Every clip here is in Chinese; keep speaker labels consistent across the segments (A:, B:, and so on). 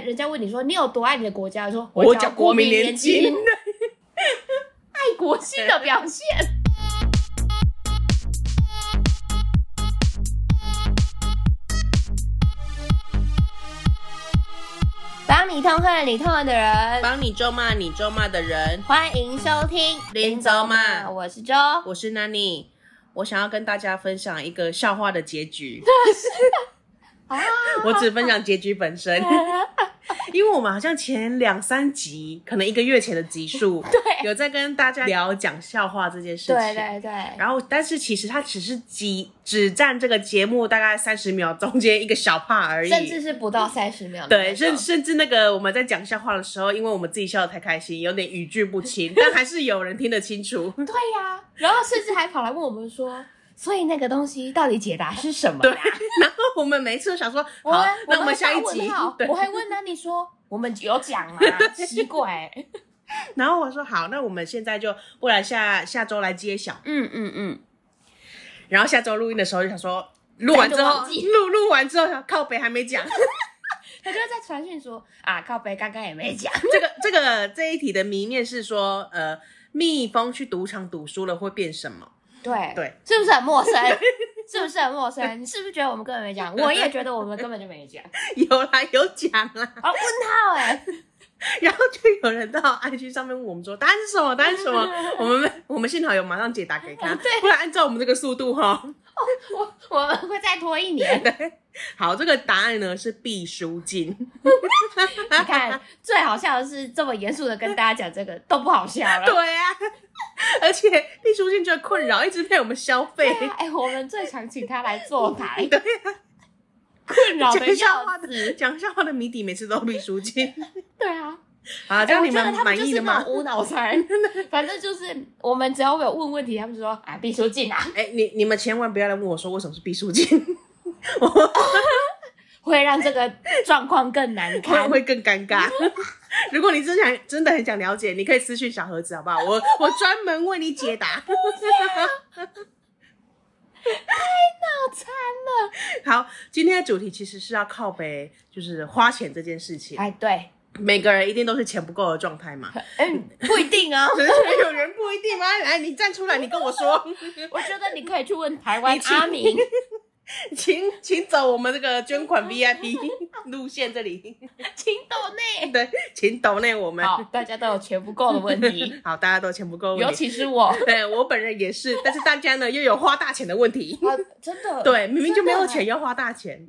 A: 人家问你说你有多爱你的国家，说
B: 我
A: 叫
B: 讲国民
A: 年
B: 年金，
A: 爱国心的表现。帮你痛恨你痛恨的人，
B: 帮你咒骂你咒骂的人。
A: 欢迎收听啊
B: 林走马
A: 我是周，
B: 我是 Nani，我想要跟大家分享一个笑话的结 局。
A: 啊
B: 我只分享结局 本身，因为我们好像前两三集，可能一个月前的集数，
A: 对
B: 有在跟大家聊讲笑话这件事情。
A: 对对对，
B: 然后，但是其实它只是几只占这个节目大概三十秒中间一个小 part 而已，
A: 甚至是不到三十秒的
B: 对，
A: 那种，
B: 甚甚至那个我们在讲笑话的时候，因为我们自己笑得太开心，有点语句不清， 但还是有人听得清楚。
A: 对呀、然后甚至还跑来问我们说，所以那个东西到底解答是什么呀？
B: 然后我们每次都想说，
A: 我
B: 好
A: 们，
B: 那
A: 我
B: 我
A: 们
B: 们下一
A: 打问
B: 集
A: 号。
B: 对
A: 我，还问丹尼说，我们有讲啊，奇怪、
B: 然后我说好，那我们现在就不然下下周来揭晓。
A: 嗯嗯嗯，
B: 然后下周录音的时候就想说，录完之
A: 再度
B: 后
A: 忘记
B: 录录完之后靠北还没讲，
A: 他就在传讯说啊，靠北刚刚也没讲，
B: 这个这个这一题的谜面是说，呃，蜜蜂去赌场赌输了会变什么？
A: 对
B: 对，
A: 是不是很 陌生？是不是很陌生？你是不是觉得我们根本没讲？我也觉得我们根本就没讲。
B: 有啦，有讲啦。
A: 啊，问号哎、
B: 然后就有人到 IG 上面问我们说答案是什么？答案是什么？我们没我们幸好有马上解答给 他，不然按照我们这个速度哈，
A: 我我们会再拖一年。
B: 好，这个答案呢是必输尽。
A: 你看，最好笑的是这么严肃的跟大家讲这个都不好笑了。
B: 对啊， 而且必输尽这个困扰一直被我们消费，啊
A: 对啊哎、我们最常请他来坐 台，对、困扰的
B: 讲笑
A: 要
B: 话的
A: 死。
B: 讲笑话的谜底每次都必输尽。
A: 对啊，
B: 好，这样
A: 哎
B: 你们
A: 我觉得他
B: 满
A: 就
B: 意
A: 是
B: 了
A: 那
B: 吗
A: 种？无脑残，反正就是我们只要有问问题，他们就说啊，必输进啊，
B: 哎、你你们千万不要来问我说为什么是必输尽，我
A: 会让这个状况更难
B: 会
A: 堪。
B: 会更尴 尬。如果你真想真的很想了解，你可以私讯小盒子好不好？我我专门为你 解答。
A: 好惨了！
B: 好，今天的主题其实是要靠背，就是花钱这件事情。
A: 哎，对，
B: 每个人一定都是钱不够的状态嘛，
A: 嗯，不一定哦。
B: 只是有人不一定吗？来，你站出来，你跟我 说，
A: 我觉得你可以去问台湾
B: 你请
A: 阿明，
B: 请请走我们这个捐款 VIP 路线 这里，
A: 请斗内。
B: 对，请抖内我们。
A: 好，大家都有钱不够的问 题，
B: 好大家都钱不够问
A: 尤
B: 题，
A: 其是 我。啊
B: 对我本人也是，但是大家呢又有花大钱的问题。
A: 啊，真的，
B: 对，明明就没有
A: 真
B: 钱
A: 的
B: 要花大钱，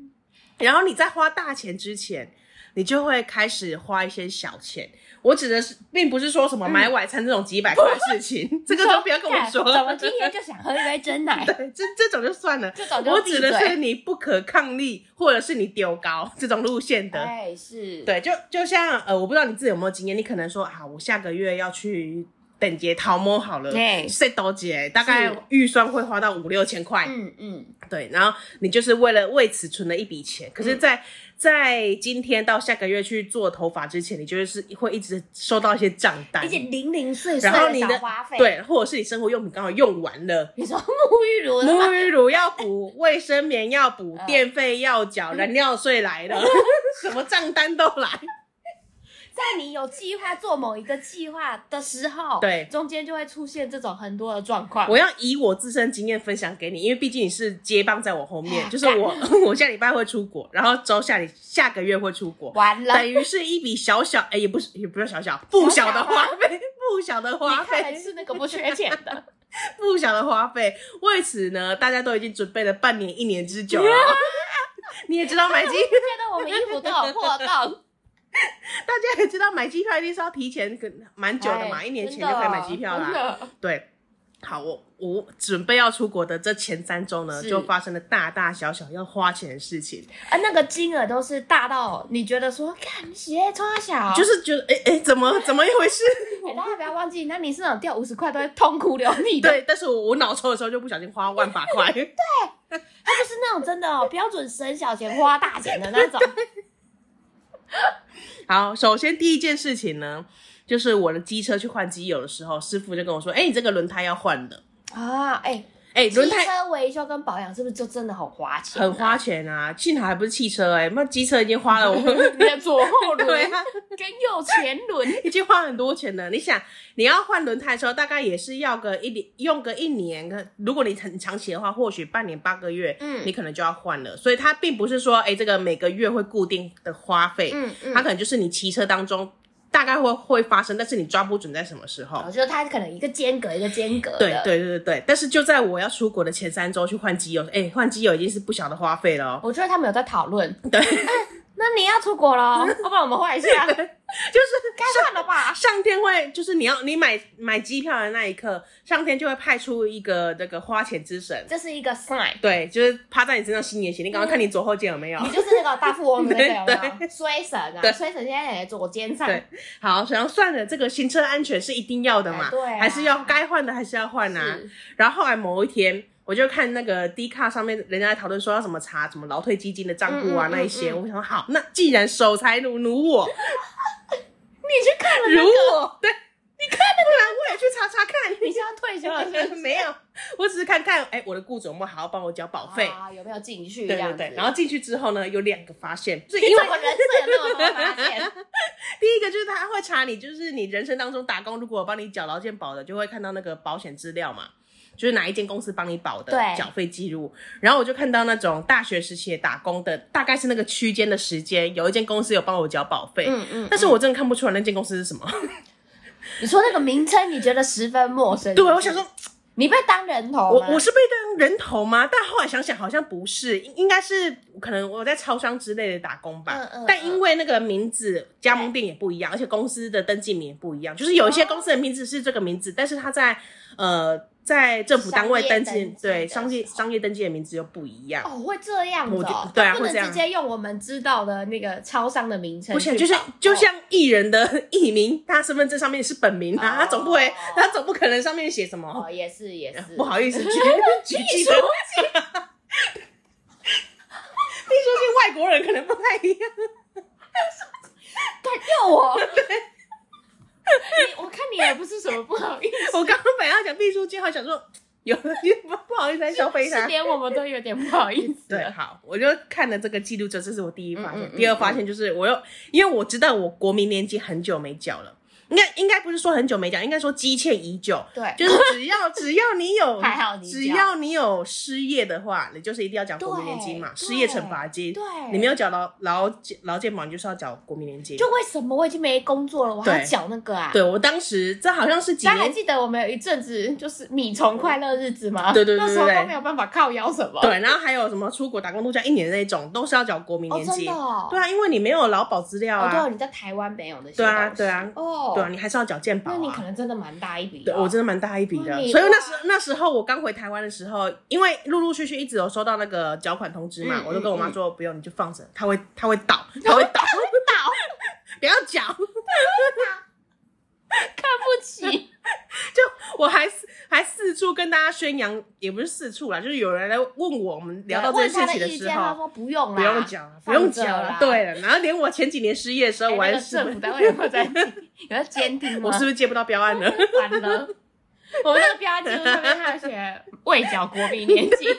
B: 然后你在花大钱之前，你就会开始花一些小钱。我指的是，并不是说什么买
A: 嗯
B: 晚餐这种几百块的事情，这个都不要跟我说。
A: 干怎么今天就想喝一杯真奶？
B: 对，这这种就算了。
A: 这种就
B: 我
A: 闭
B: 指的
A: 嘴
B: 是你不可抗力，或者是你丢高这种路线的。
A: 哎，是，
B: 对，就就像呃，我不知道你自己有没有经验，你可能说啊，我下个月要去等节淘摸好了
A: 对
B: ，set 多节，大概
A: 是
B: 预算会花到五六千块。
A: 嗯嗯，
B: 对，然后你就是为了为此存了一笔钱，可是
A: 嗯
B: 在，在、今天到下个月去做头发之前，你就是会一直收到一些账单
A: 而，且零零碎碎
B: 哎然后
A: 的
B: 你
A: 小
B: 的
A: 花费，，
B: 对，或者是你生活用品刚好用完了。
A: 你说沐浴乳的话
B: 沐浴乳要 补，卫生棉要补，
A: 嗯
B: 电费要缴，燃料税来 了，什么账单都来。
A: 在你有计划做某一个计划的时候，
B: 对
A: 中间就会出现这种很多的状况。
B: 我要以我自身经验分享给你，因为毕竟你是接棒在我后 面，就是我 我下礼拜会出国，然后周下礼下个月会出国，
A: 完了，
B: 等于是一笔小小，哎、也不是也不是小小，不小的花费， 不小的花
A: 你看来
B: 费，
A: 是那个不缺钱的，
B: 不小的花费。为此呢，大家都已经准备了半年、一年之 久了。你也知道 买机，
A: 觉得我们衣服都有破洞，
B: 大家也知道买机票一定是要提前可能蛮久的嘛，
A: 哎
B: 一年前就可以买机票啦。。对，好，我我准备要出国的这前三周呢，
A: 是
B: 就发生了大大小小要花钱的事情，
A: 啊，那个金额都是大到你觉得说，看你鞋穿小，
B: 就是觉得哎哎、怎么怎么一回事？
A: 哎大家不要忘记，那你是那种掉五十块都会痛哭流涕的，
B: 对，但是我我脑抽的时候就不小心花万把 块，
A: 他就是那种真的哦，标准省小钱花大钱的 那种。
B: 好，首先第一件事情呢，就是我的机车去换机油的时候，师傅就跟我说：“哎、你这个轮胎要换了。
A: 啊，哎、
B: 哎、
A: 机
B: 轮胎
A: 车维修跟保养是不是就真的很花钱、
B: 很花钱啊，幸好还不是汽车哎、那机车已经花了我啊
A: 你的左后轮 跟右前轮，
B: 已经花很多钱了。你想，你要换轮胎的时候，大概也是要个一年，用个一年。可如果你很长期的话，或许半年八个月，
A: 嗯
B: 你可能就要换了。所以它并不是说，哎、这个每个月会固定的花费，
A: 嗯嗯
B: 它可能就是你骑车当中大概会会发生，但是你抓不准在什么时候。
A: 我觉得它可能一个间隔一个间哦隔的，
B: 对对对对对，但是就在我要出国的前三周去换机油，哎、换机油已经是不小的花费了哦。
A: 我觉得他们有在讨论，哎
B: 对，
A: 那你要出 国了，要不然我们换一下，
B: 就是
A: 该换了吧？
B: 上天会，就是你要你买买机票的那一刻，上天就会派出一个这个花钱之神，
A: 这是一个 sign，
B: 对，就是趴在你身上吸你的血，你赶快
A: 嗯
B: 看你左后肩有没有
A: 你。就是那个大富翁的那个
B: 对
A: 有没有？衰神啊，
B: 对
A: 衰神现在也在左肩上，
B: 对好，想要算了，这个行车安全是一定要的嘛，
A: 哎对啊
B: 还是要该换的还是要换啊。
A: 是
B: 然后后来某一天，我就看那个 D 卡上面人家在讨论说要怎么查什么劳退基金的账户啊
A: 嗯嗯嗯
B: 那一些，
A: 嗯
B: 我想说好，那既然守财如奴我，
A: 你去看了那
B: 如
A: 个，
B: 我，对，你看那个，不然我也去查查看。
A: 你是要退休了是不是？
B: 没有，我只是看看，哎、我的雇主有没有好好帮我缴保费？
A: 啊，有没有进去这
B: 对
A: 样
B: 对
A: 子？
B: 对，然后进去之后呢，有两个发现，就是
A: 你
B: 因为
A: 怎么人生有那么多发现？
B: 第一个就是他会查你，就是你人生当中打工，如果有帮你缴劳健保的，就会看到那个保险资料嘛，就是哪一间公司帮你保的
A: 对
B: 缴费记录。然后我就看到那种大学时期的打工的，大概是那个区间的时间，有一间公司有帮我缴保费，
A: 嗯嗯，
B: 但是我真的看不出来那间公司是什么。
A: 你说那个名称你觉得十分陌生？
B: 对，我想说，
A: 你被当人头
B: 我
A: 吗？
B: 我是被当人头吗？但后来想想好像不是，应应该是可能我在超商之类的打工吧。
A: 嗯嗯
B: 但因为那个名字加盟店也不一样，而且公司的登记名也不一样，就是有一
A: 哦
B: 些公司的名字是这个名字，但是他在呃在政府单位登
A: 商业
B: 记，
A: 登记
B: 对
A: 的
B: 商业商业登记的名字又不一样。
A: 哦，会这样子、
B: 我
A: 哦
B: 觉，对啊
A: 不
B: 会这
A: 能
B: 样
A: 直接用我们知道的那个超商的名称
B: 不
A: 去
B: 行，
A: 报，
B: 就是就
A: 哦
B: 像艺人的 艺名，他身份证上面是本名啊，
A: 哦
B: 他总不会，他总不可能上面写什么
A: 哦，也是也是，
B: 呃不好意思，举举
A: 艺
B: 记
A: 术
B: 得， 听说是外国人可能不太一样。
A: 干掉 我。你我看你也不是什么不好意思，
B: 我刚刚本来要讲秘书计划，想说有 不不好意思来消费
A: 是
B: 他。
A: 连我们都有点不好意思。
B: 对，，好，我就看了这个记录之后，这是我第一发
A: 嗯
B: 现。
A: 嗯嗯
B: 第二发现就是，我又因为我知道我国民年金很久没缴了，应该应该不是说很久没缴，应该说积欠已久。
A: 对
B: 就是只要只要你有，
A: 还好你缴
B: 只要你有失业的话，你就是一定要缴国民年金嘛，
A: 对
B: 失业惩罚金。
A: 对
B: 你没有缴劳劳健劳健保，你就是要缴国民年金。
A: 就为什么我已经没工作了，我还要
B: 对
A: 缴那个啊？
B: 对我当时这好像是几
A: 大家还
B: 年
A: 记得我们有一阵子就是米虫快乐日子吗？
B: 对对对
A: 那时候
B: 对对
A: 都没有办法靠腰什么。
B: 对，然后还有什么出国打工度假一年那种，都是要缴国民
A: 哦，
B: 年
A: 真
B: 金。
A: 的哦。
B: 对啊，因为你没有劳保资料
A: 哦，
B: 啊，
A: 对，你在台湾没有那些
B: 对啊
A: 东西
B: 对啊
A: 哦，
B: 对啊，你还是要缴健保
A: 那你可
B: 啊。
A: 能真的蛮大一笔
B: 对，
A: 的哦。
B: 我真的蛮大一笔的
A: 哇，你
B: 所以那时那时候我刚回台湾的时候，因为陆陆续续一直有收到那个缴款通知嘛，
A: 嗯
B: 我就跟我妈
A: 嗯嗯
B: 说不用，你就放着，它会它会倒，它会倒，
A: 倒，
B: 不要缴。
A: 看不起。
B: 我还四还四处跟大家宣扬，也不是四处啦，就是有人来问我们 聊到这
A: 问
B: 件
A: 他
B: 事
A: 的
B: 情
A: 意
B: 时
A: 见，他
B: 候，
A: 说不用啦，
B: 不用缴了，不
A: 放
B: 用
A: 着
B: 缴了
A: 啦。
B: 对了，然后连我前几年失业的时
A: 哎，
B: 候，我
A: 那
B: 还
A: 个
B: 是
A: 政府单位有没有 在有在监听吗？
B: 我是不是接不到标案了？
A: 完了，我们那个标记录上面他 写未缴国民年金，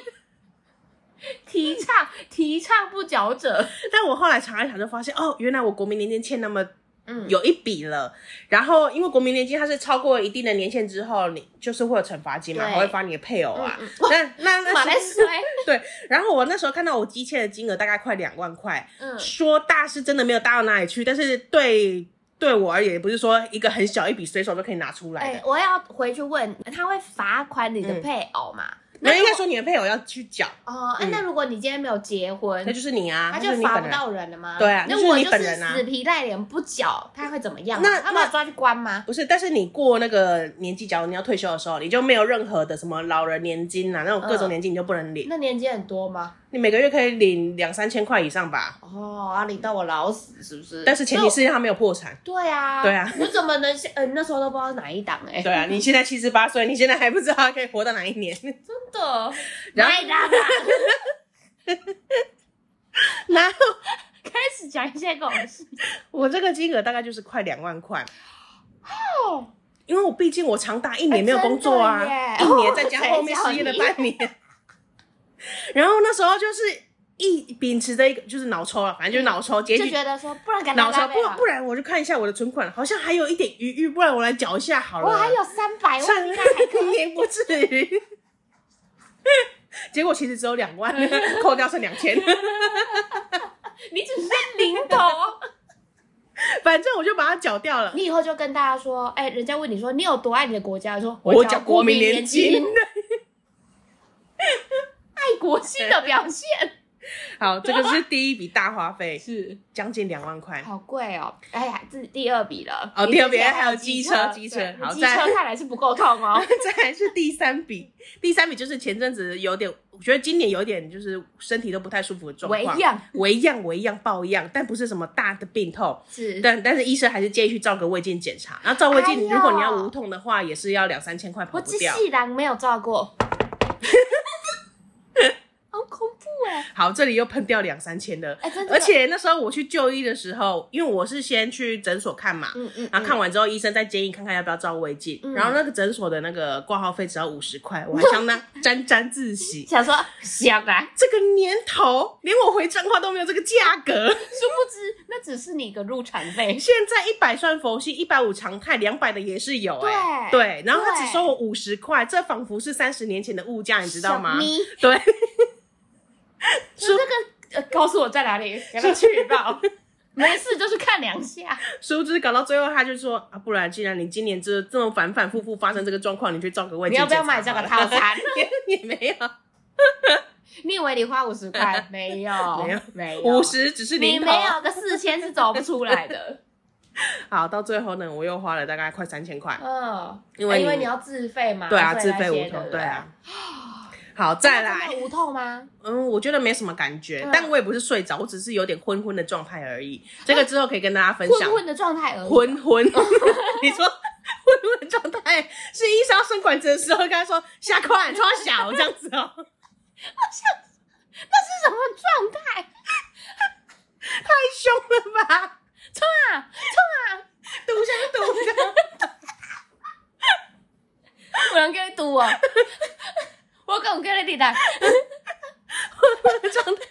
A: 提倡提倡不缴者。
B: 但我后来查一查就发现，哦，原来我国民年金欠那么
A: 嗯，
B: 有一笔了。然后因为国民年金它是超过一定的年限之后，你就是会有惩罚金嘛，
A: 对
B: 还会罚你的配偶啊。
A: 嗯嗯
B: 那那
A: 马来
B: 那
A: 西亚，哎
B: 对。然后我那时候看到我积欠的金额大概快两万块，
A: 嗯，
B: 说大是真的没有大到哪里去，但是对对我而言，也不是说一个很小一笔随手就可以拿出来
A: 哎
B: 的。，嗯
A: 我要回去问他会罚款你的配偶嘛？
B: 那
A: 那
B: 应
A: 如
B: 该
A: 果
B: 说你的配偶要去缴，
A: 哦，哎
B: 嗯
A: 那如果你今天没有结婚
B: 那，就是你啊，
A: 他
B: 那就是
A: 就
B: 你
A: 罚
B: 本
A: 不
B: 人。
A: 到人了吗？
B: 对啊
A: 那
B: 就是
A: 我
B: 你
A: 就
B: 本
A: 是
B: 人啊
A: 死皮赖脸不缴，他会怎么样啊？
B: 那
A: 他
B: 那
A: 把我抓去关吗？
B: 不是，但是你过那个年纪，假如你要退休的时候，你就没有任何的什么老人年金啊，那种各
A: 嗯
B: 种年金你就不能领。
A: 那年纪很多吗？
B: 你每个月可以领两三千块以上吧，
A: 哦，啊，领到我老死是不是？
B: 但是前提是他没有破产。
A: 对啊，
B: 对啊，
A: 我怎么能想？呃，那时候都不知道哪一档哎、
B: 对啊，你现在七十八岁，你现在还不知道他可以活到哪一年，
A: 真的，
B: 然后
A: 哪一档啊？
B: 然后
A: 开始讲一些狗事
B: 我这个金额大概就是快两万块，
A: 哦，
B: 因为我毕竟我长达一年没有工作啊，
A: 哎真的耶
B: 一年再加后面失业了半年，然后那时候就是一秉持着一个就是脑抽啊了，反正就是脑抽，结
A: 就
B: 局
A: 觉得说不然敢
B: 脑抽，
A: 不
B: 不不然我就看一下我的存款，好像还有一点余裕，不然我来缴一下好了。
A: 我还有三百万，
B: 上
A: 应该还可以。
B: 也不至于。 结果其实只有两 万，扣掉剩两千。
A: 你只是零头，
B: 反正我就把它缴掉了。
A: 你以后就跟大家说，哎、人家问你说你有多爱你的国家，你说
B: 我
A: 缴
B: 缴国民
A: 年
B: 年金。
A: 爱国心的表现
B: 好，这个是第一笔大花费，
A: 是
B: 将近两万块。
A: 好贵哦。哎呀，这是第二笔了。
B: 哦
A: 你
B: 第二笔
A: 之前
B: 还有机车机车
A: 对
B: 好
A: 机车
B: 再来
A: 看来是不够痛哦。
B: 再来是第三笔，第三笔就是前阵子有点，我觉得今年有点就是身体都不太舒服的 状
A: 维
B: 况，
A: 样
B: 为样为样抱样，但不是什么大的病痛，
A: 是，
B: 但但是医生还是建议去照个胃镜检查。然后照胃
A: 哎
B: 镜，
A: 呦
B: 如果你要无痛的话，也是要两三千块
A: 我
B: 跑不
A: 只
B: 掉。
A: 细狼没有照过，好恐怖哎！
B: 好，这里又喷掉两三千的。
A: 哎，真的，
B: 而且那时候我去就医的时候，因为我是先去诊所看嘛，
A: 嗯嗯，
B: 然啊后看
A: 我
B: 完之后，医生再建议看看要不要照胃镜。
A: 嗯
B: 然后那个诊所的那个挂号费只要五十块，我还相当沾沾自喜。
A: 想说想啊，
B: 这个年头，连我回彰化都没有这个价格。
A: 殊不知那只是你一个入场费，
B: 现在一百算佛系，一百五常态，两百的也是有哎、
A: 对
B: 对，然后他
A: 对
B: 只收我五十块，这仿佛是三十年前的物价，你知道吗
A: 小？咪
B: 对，
A: 就这个呃，告诉我在哪里，给他去吧。没事，就是看两下。
B: 殊不知搞到最后，他就说啊，不然既然你今年这这么反反复复发生这个状况，你去照个胃
A: 你
B: 镜
A: 要
B: 检
A: 不
B: 查
A: 要买这
B: 好了，
A: 个套 餐？
B: 也？ 也没有，
A: 你以为你花五十块？没有，
B: 没有，
A: 没有，
B: 五，十只是
A: 你
B: 零头。
A: 没有个四千是走不出来的。
B: 好，到最后呢，我又花了大概快三千块。
A: 嗯，
B: 因为
A: 因为
B: 你
A: 你要自费嘛，
B: 对啊，
A: 所以
B: 自
A: 那
B: 费
A: 些
B: 无痛，
A: 不
B: 对 啊。好，再来
A: 真的，无痛吗？
B: 嗯，我觉得没什么感觉，
A: 嗯啊
B: 但我也不是睡着，我只是有点昏昏的状态而已。这个之后可以跟大家分享
A: 混。混的状态而已。
B: 昏昏， 你说昏昏的状态是医生要伸管子的时候，跟他说下快，超小这样子哦、
A: 那是什么状态？
B: 太凶了吧？
A: 冲啊冲啊！
B: 堵上堵上，
A: 有人跟你赌哦， 我讲跟你打，
B: 昏昏的状态，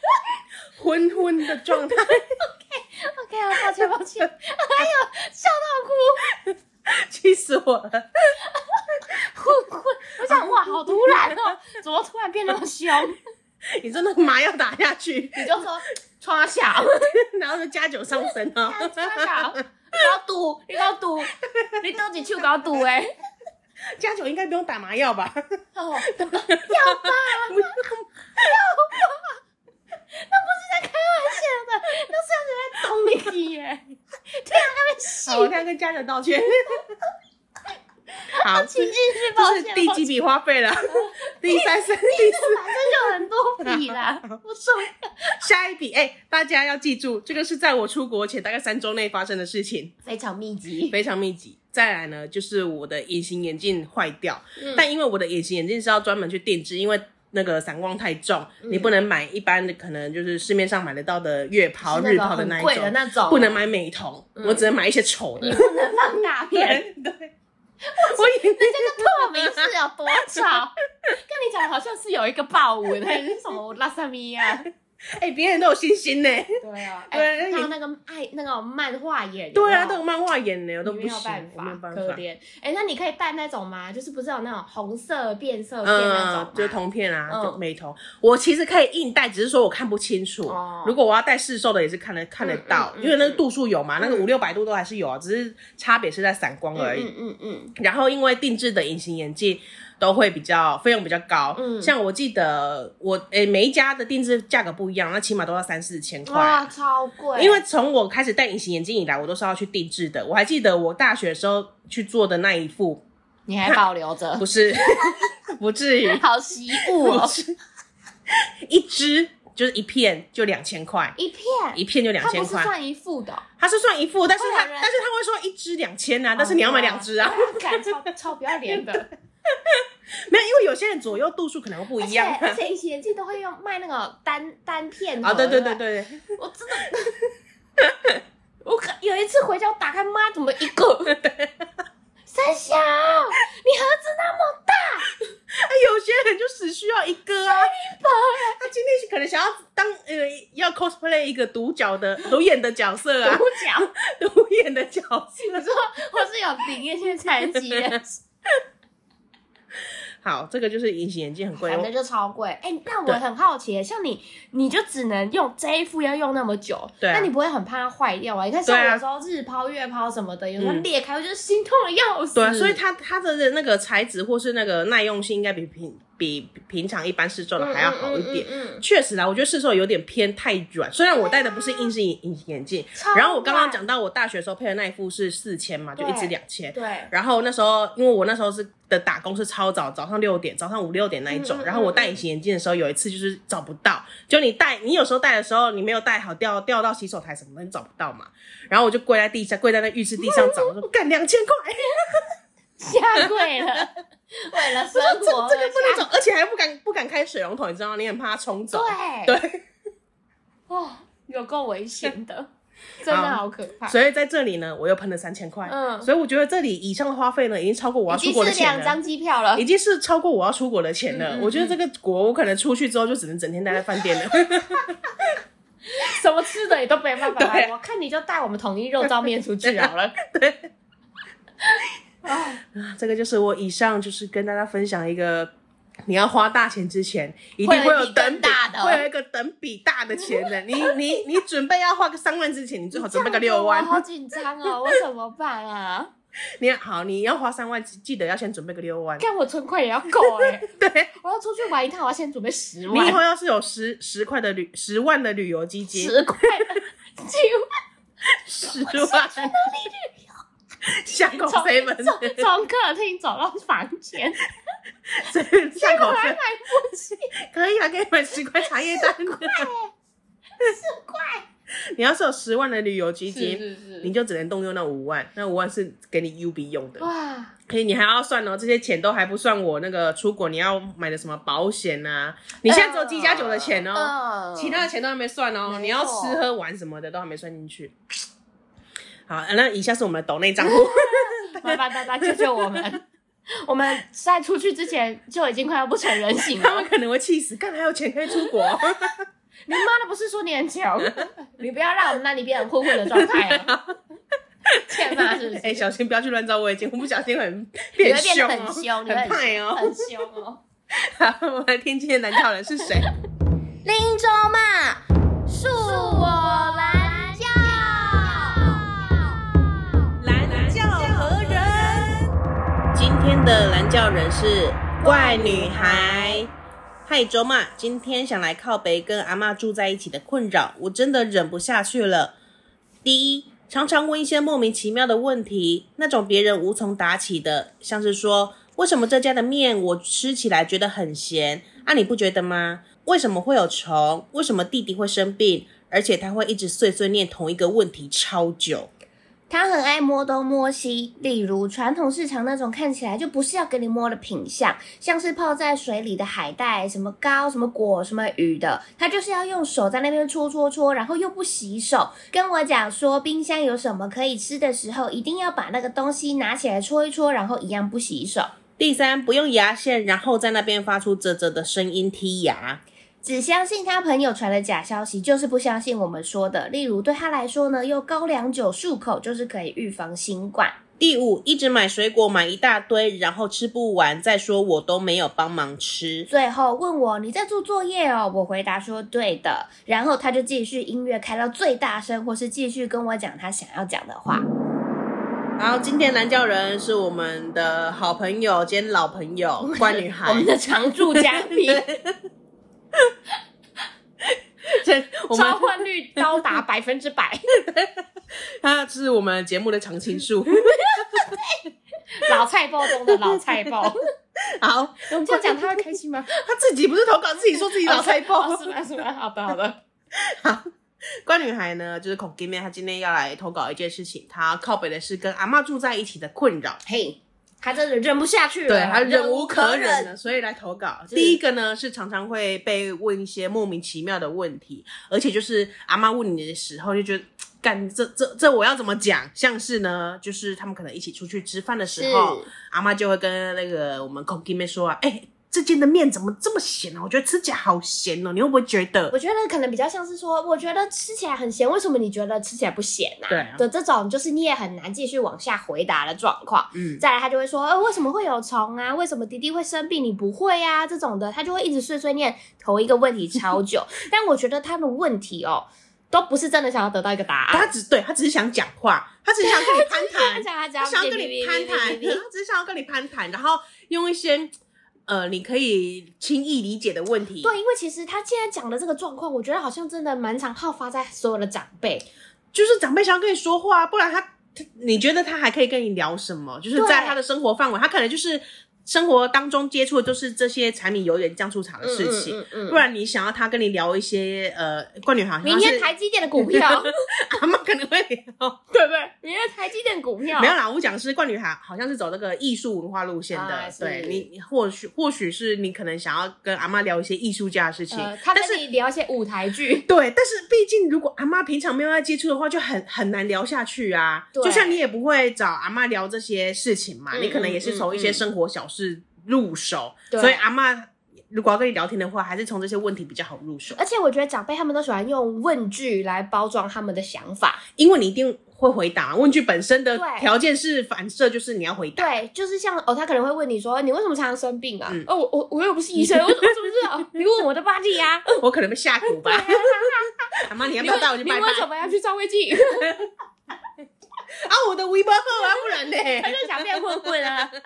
B: 昏昏的状态，
A: OK 啊，抱歉抱 歉，哎呦，笑到
B: 气死我了。
A: 哭，混混，我想哇，好突然哦，怎么突然变那么凶？
B: 你真的麻药打下去，
A: 你就说穿小，
B: 然后就加酒上身哦、
A: 穿小，你要赌，你要赌，你到底去搞赌哎？
B: 加酒应该不用打麻药吧？
A: 哦，
B: 要吧？不用
A: 那不是在开玩笑的，那是要在捅你耶！天啊，他们戏
B: 好，我现在跟家人道歉。好，
A: 请
B: 这
A: 继 续抱
B: 这
A: 歉，
B: 是第几笔花 费了？第三、三、第
A: 第
B: 四，
A: 反正就很多笔啦，不重要，
B: 下一笔。哎、大家要记住，这个是在我出国前大概三周内发生的事情，
A: 非常密集。
B: 非常密集。再来呢，就是我的隐形眼镜坏掉，
A: 嗯
B: 但因为我的隐形眼镜是要专门去定制，因为。那个散光太重，你不能买一般的，可能就是市面上买得到的月抛、
A: 嗯是那
B: 日
A: 种
B: 抛的
A: 很
B: 那一
A: 贵的
B: 种，
A: 那种，嗯
B: 不能买美瞳，我只能买一些丑的。
A: 不能放大片。
B: 对，我以为
A: 透明是有多少？跟你讲，好像是有一个豹纹还是什么拉萨米啊？
B: 哎，别人都有信心呢。
A: 对啊，
B: 对
A: 哎，还有那个爱那个漫画演员，
B: 对啊，
A: 有
B: 都
A: 没有
B: 有漫画演呢，我都
A: 你
B: 不
A: 没
B: 行
A: 有，办
B: 我没有
A: 法，
B: 办
A: 可
B: 法。
A: 怜。哎，那你可以戴那种吗？就是不是有那种红色变色片那种
B: 嗯
A: 吗，
B: 就是铜片啊，
A: 哦嗯
B: 就美瞳。我其实可以硬戴，只是说我看不清楚
A: 哦。
B: 如果我要戴市售的，也是看得看得到
A: 嗯，嗯
B: 因为那个度数有嘛，那个五六百度都还是有啊，只是差别是在散光而已。
A: 嗯嗯嗯，
B: 然后因为定制的隐形眼镜都会比较费用比较高，
A: 嗯
B: 像我记得我诶每一家的定制价格不一样，那起码都要三四千块啊。
A: 哇，超贵，
B: 因为从我开始戴隐形眼镜以来，我都是要去定制的。我还记得我大学的时候去做的那一副，
A: 你还保留着
B: 不，是， 不至于，
A: 好习物
B: 不
A: 哦，
B: 是，一支就是一片就两千块，
A: 一片，
B: 一片就两
A: 它不
B: 千
A: 是
B: 块，
A: 算一副的哦，
B: 它是算一副，但是它
A: 会有人
B: 但是他会说一支两千啊，但是你要买两支啊，
A: 敢哦超超不要脸的。
B: 没有，因为有些人左右度数可能会不
A: 而
B: 一
A: 且
B: 样
A: 而
B: 啊，
A: 且隐形眼镜都会用卖那个单单片盒
B: 啊对对
A: 不
B: 对对，对
A: 我真的，我可有一次回家，我打开，妈，怎么一个？三小，你盒子那么大，
B: 哎，有些人就只需要一个啊，
A: 你把
B: 他今天可能想要当当呃要 cosplay 一个独角的独眼的角色啊
C: 独，角，
B: 独眼的角色。
C: 你说或是有顶一些残疾人士，
B: 好，这个就是隐形眼镜很贵哦
C: 反，正就超贵。哎、那我很好奇，像你，你就只能用这一副要用那么久，
B: 对啊
C: 那你不会很怕它坏掉啊？你看像
B: 对啊
C: 我有时候日抛、月抛什么的，有时候
B: 嗯
C: 裂开，我就心痛的要死。
B: 对啊，所以它它的那个材质或是那个耐用性，应该比平比比平常一般试售的还要好一点。
C: 嗯嗯嗯嗯啊
B: 确实啦，我觉得市售有点偏太软。虽然我戴的不是硬式隐隐形眼镜
C: 超，软
B: 然后我刚刚讲到我大学的时候配的那一副是四千嘛，就
C: 对
B: 一支两千。
C: 对，
B: 然后那时候，因为我那时候是的打工是超早，早上六点，早上五六点那一种。
C: 嗯嗯嗯
B: 然后我戴隐形眼镜的时候，有一次就是找不到，就你戴，你有时候戴的时候你没有戴好，掉掉到洗手台什么的，你找不到嘛。然后我就跪在地下，跪在那浴室地
C: 哦
B: 上找，我说干两千块，
C: 下跪了， 为了生
B: 这这
C: 活，
B: 个不能
C: 下
B: 走，而且还不敢不敢开水龙头，你知道吗？你很怕它冲走。
C: 啊对
B: 对，
C: 哦，有够危险 的，真的好可怕。
B: 所以在这里呢，我又喷了三千块。
C: 啊嗯
B: 所以我觉得这里以上的花费呢，已经超过我要
C: 已
B: 出
C: 经
B: 国的
C: 是
B: 钱
C: 两
B: 了。
C: 张机票了
B: 已，经是超过我要出国的钱了。
C: 嗯嗯
B: 我觉得这个国，我可能出去之后就只能整天待在饭店了。
C: 什么吃的也都没办法
B: 对
C: 来。我看你就带我们统一肉燥面出去 好了。哦
B: 啊这个就是我以上就是跟大家分享一个，你要花大钱之前，一定
C: 会有
B: 有
C: 一笔
B: 等
C: 更
B: 比
C: 大的哦
B: 会有一个等比大的钱的。你你你准备要花个三万之前，你最好准备个六万
C: 我。好紧张哦，我怎么办 啊？
B: 你好，你要花三万，记记得要先准备个六 万。
C: 看我存款也要够哎、
B: 对，
C: 我要出去玩一趟，我要先准备十
B: 你以
C: 万，
B: 后要是有十十块的旅十万的旅游基金，
C: 十块的，请
B: 十
C: 问
B: 万
C: 去哪里旅游？
B: 巷口
C: 从
B: seven，
C: 从从客厅走到房间，
B: 巷口
C: 我还
B: seven
C: 买不起，
B: 可以啊，给你买十块茶叶蛋。
C: 十块。
B: 你要是有十万的旅游基金，
C: 是是
B: 你就只能动用那五万，那五万是给你 U B 用的，
C: 哇，
B: 可以你还要算哦，这些钱都还不算我那个出国你要买的什么保险啊，你现在
C: 呃
B: 只有机加酒的钱哦，
C: 嗯，
B: 其他的钱都还没算哦，
C: 没错
B: 你要吃喝玩什么的都还没算进去。好，呃那以下是我们的抖 内账户，
C: 麻烦大家救救我 们。我们在出去之前就已经快要不成人形
B: 他
C: 了
B: 们。可能会气死，干还有钱可以出国，
C: 你妈的不是说你很穷，你不要让我们那里变成混混的状态 啊！欠骂是不是？
B: 哎，小心不要去乱照我眼睛，我不小心很
C: 你
B: 变
C: 会变
B: 凶
C: 得
B: 哦，
C: 很凶，你会
B: 很派哦。
C: 很凶哦。
B: 好，我们来听今天的男超人是谁？
A: 林州嘛，恕我蓝教。
B: 蓝教何人？今天的蓝教人是怪女孩。嗨，周妈，今天想来靠北跟阿嬷住在一起的困扰，我真的忍不下去了。第一，常常问一些莫名其妙的问题，那种别人无从答起的，像是说为什么这家的面我吃起来觉得很咸啊？你不觉得吗？为什么会有虫？为什么弟弟会生病？而且他会一直碎碎念同一个问题超久。
A: 他很爱摸东摸西，例如传统市场那种看起来就不是要给你摸的品相，像是泡在水里的海带、什么糕、什么果、什么鱼的，他就是要用手在那边戳戳戳，然后又不洗手，跟我讲说冰箱有什么可以吃的时候，一定要把那个东西拿起来戳一戳，然后一样不洗手。
B: 第三，不用牙线，然后在那边发出啧啧的声音剔牙。
A: 只相信他朋友传的假消息，就是不相信我们说的。例如，对他来说呢，用高粱酒漱口就是可以预防新冠。
B: 第五，一直买水果买一大堆，然后吃不完，再说我都没有帮忙吃。
A: 最后问我你在做作业哦，我回答说对的，然后他就继续音乐开到最大声，或是继续跟我讲他想要讲的话。
C: 嗯
B: 然后今天蓝教人是我们的好朋友兼老朋友关女
C: 我
B: 孩
C: 们，的常驻嘉 宾，
B: 这 我们
C: 召唤率高达百分之百，
B: 他是我们节目的常青树。
C: 老菜包中的老菜包。
B: 好，
C: 我们这样讲他会开心 吗？
B: 他自己不是投稿，自己说 自己老菜包
C: 哦。是吗？是吗？好的，好的。
B: 关女孩呢，就是孔金面，她今天要来投稿一件事情，她靠北的是跟阿嬷住在一起的困扰。
C: 嘿，他真的忍不下去了，
B: 对，他忍无可忍
C: 忍。
B: 了，所以来投稿。
C: 是
B: 第一个呢是常常会被问一些莫名其妙的问题，而且就是阿妈问你的时候就觉得。干这这这我要怎么讲？像是呢，就是他们可能一起出去吃饭的时候
C: 是，
B: 阿妈就会跟那个我们 Cookie 妹说啊，哎、这间的面怎么这么咸呢、啊我觉得吃起来好咸哦、你会不会觉得？
A: 我觉得可能比较像是说，我觉得吃起来很咸，为什么你觉得吃起来不咸呢、
B: 对啊
A: 的这种，就是你也很难继续往下回答的状况。
B: 嗯，
A: 再来，他就会说，呃，为什么会有虫啊？为什么弟弟会生病？你不会啊？这种的，他就会一直碎碎念同一个问题超 久。但我觉得他的问题哦，都不是真的想要得到一个答
B: 他
A: 案，
B: 只对他只是想讲话，他只是想 跟你攀谈
A: 他，想他只
B: 他
A: 要
B: 想要跟你攀谈，他 只是想要跟你攀谈，然后用一些呃你可以轻易理解的问题，
A: 对，因为其实他现在讲的这个状况，我觉得好像真的蛮常好发在所有的长辈。
B: 就是长辈想要跟你说话，啊不然他他你觉得他还可以跟你聊什么？就是
A: 对
B: 在他的生活范围，他可能就是生活当中接触的都是这些柴米油盐酱醋茶的事情。
A: 嗯嗯
B: 不然你想要他跟你聊一些呃，怪女孩，
A: 明天台积电的股 票，
B: 阿妈可能会聊，
A: 对不对？明天台积电股票呃
B: 没有啦，我讲是怪女孩好像是走那个艺术文化路线的，
A: 啊
B: 对
A: 是
B: 你你或许或许是你可能想要跟阿妈聊一些艺术家的事情，
A: 呃，他
B: 但
A: 跟
B: 是
A: 你聊一些舞台剧，
B: 对，但是毕竟如果阿妈平常没有在接触的话，就很很难聊下去啊。
A: 对
B: 就像你也不会找阿妈聊这些事情嘛，
A: 嗯
B: 你可能也是从一些生活小事入手，
A: 对
B: 所以阿妈如果要跟你聊天的话，还是从这些问题比较好入手，
A: 而且我觉得长辈他们都喜欢用问句来包装他们的想法。
B: 因为你一定会回答。问句本身的
A: 对
B: 条件是反射，就是你要回 答。
A: 对，就是像哦，他可能会问你说，你为什么常常生病啊？
B: 嗯
A: 哦，我我我又不是医生，我我怎么知道？你问我的 body 呀、啊，
B: 我可能被吓唬吧，阿妈你要
A: 你
B: 不要带我去
A: 为
B: 拜
A: 你
B: 拜
A: 为什么要去照胃镜？
B: 啊？我的微博号啊，不然
A: 他
B: 呢？
A: 就想变混混啊，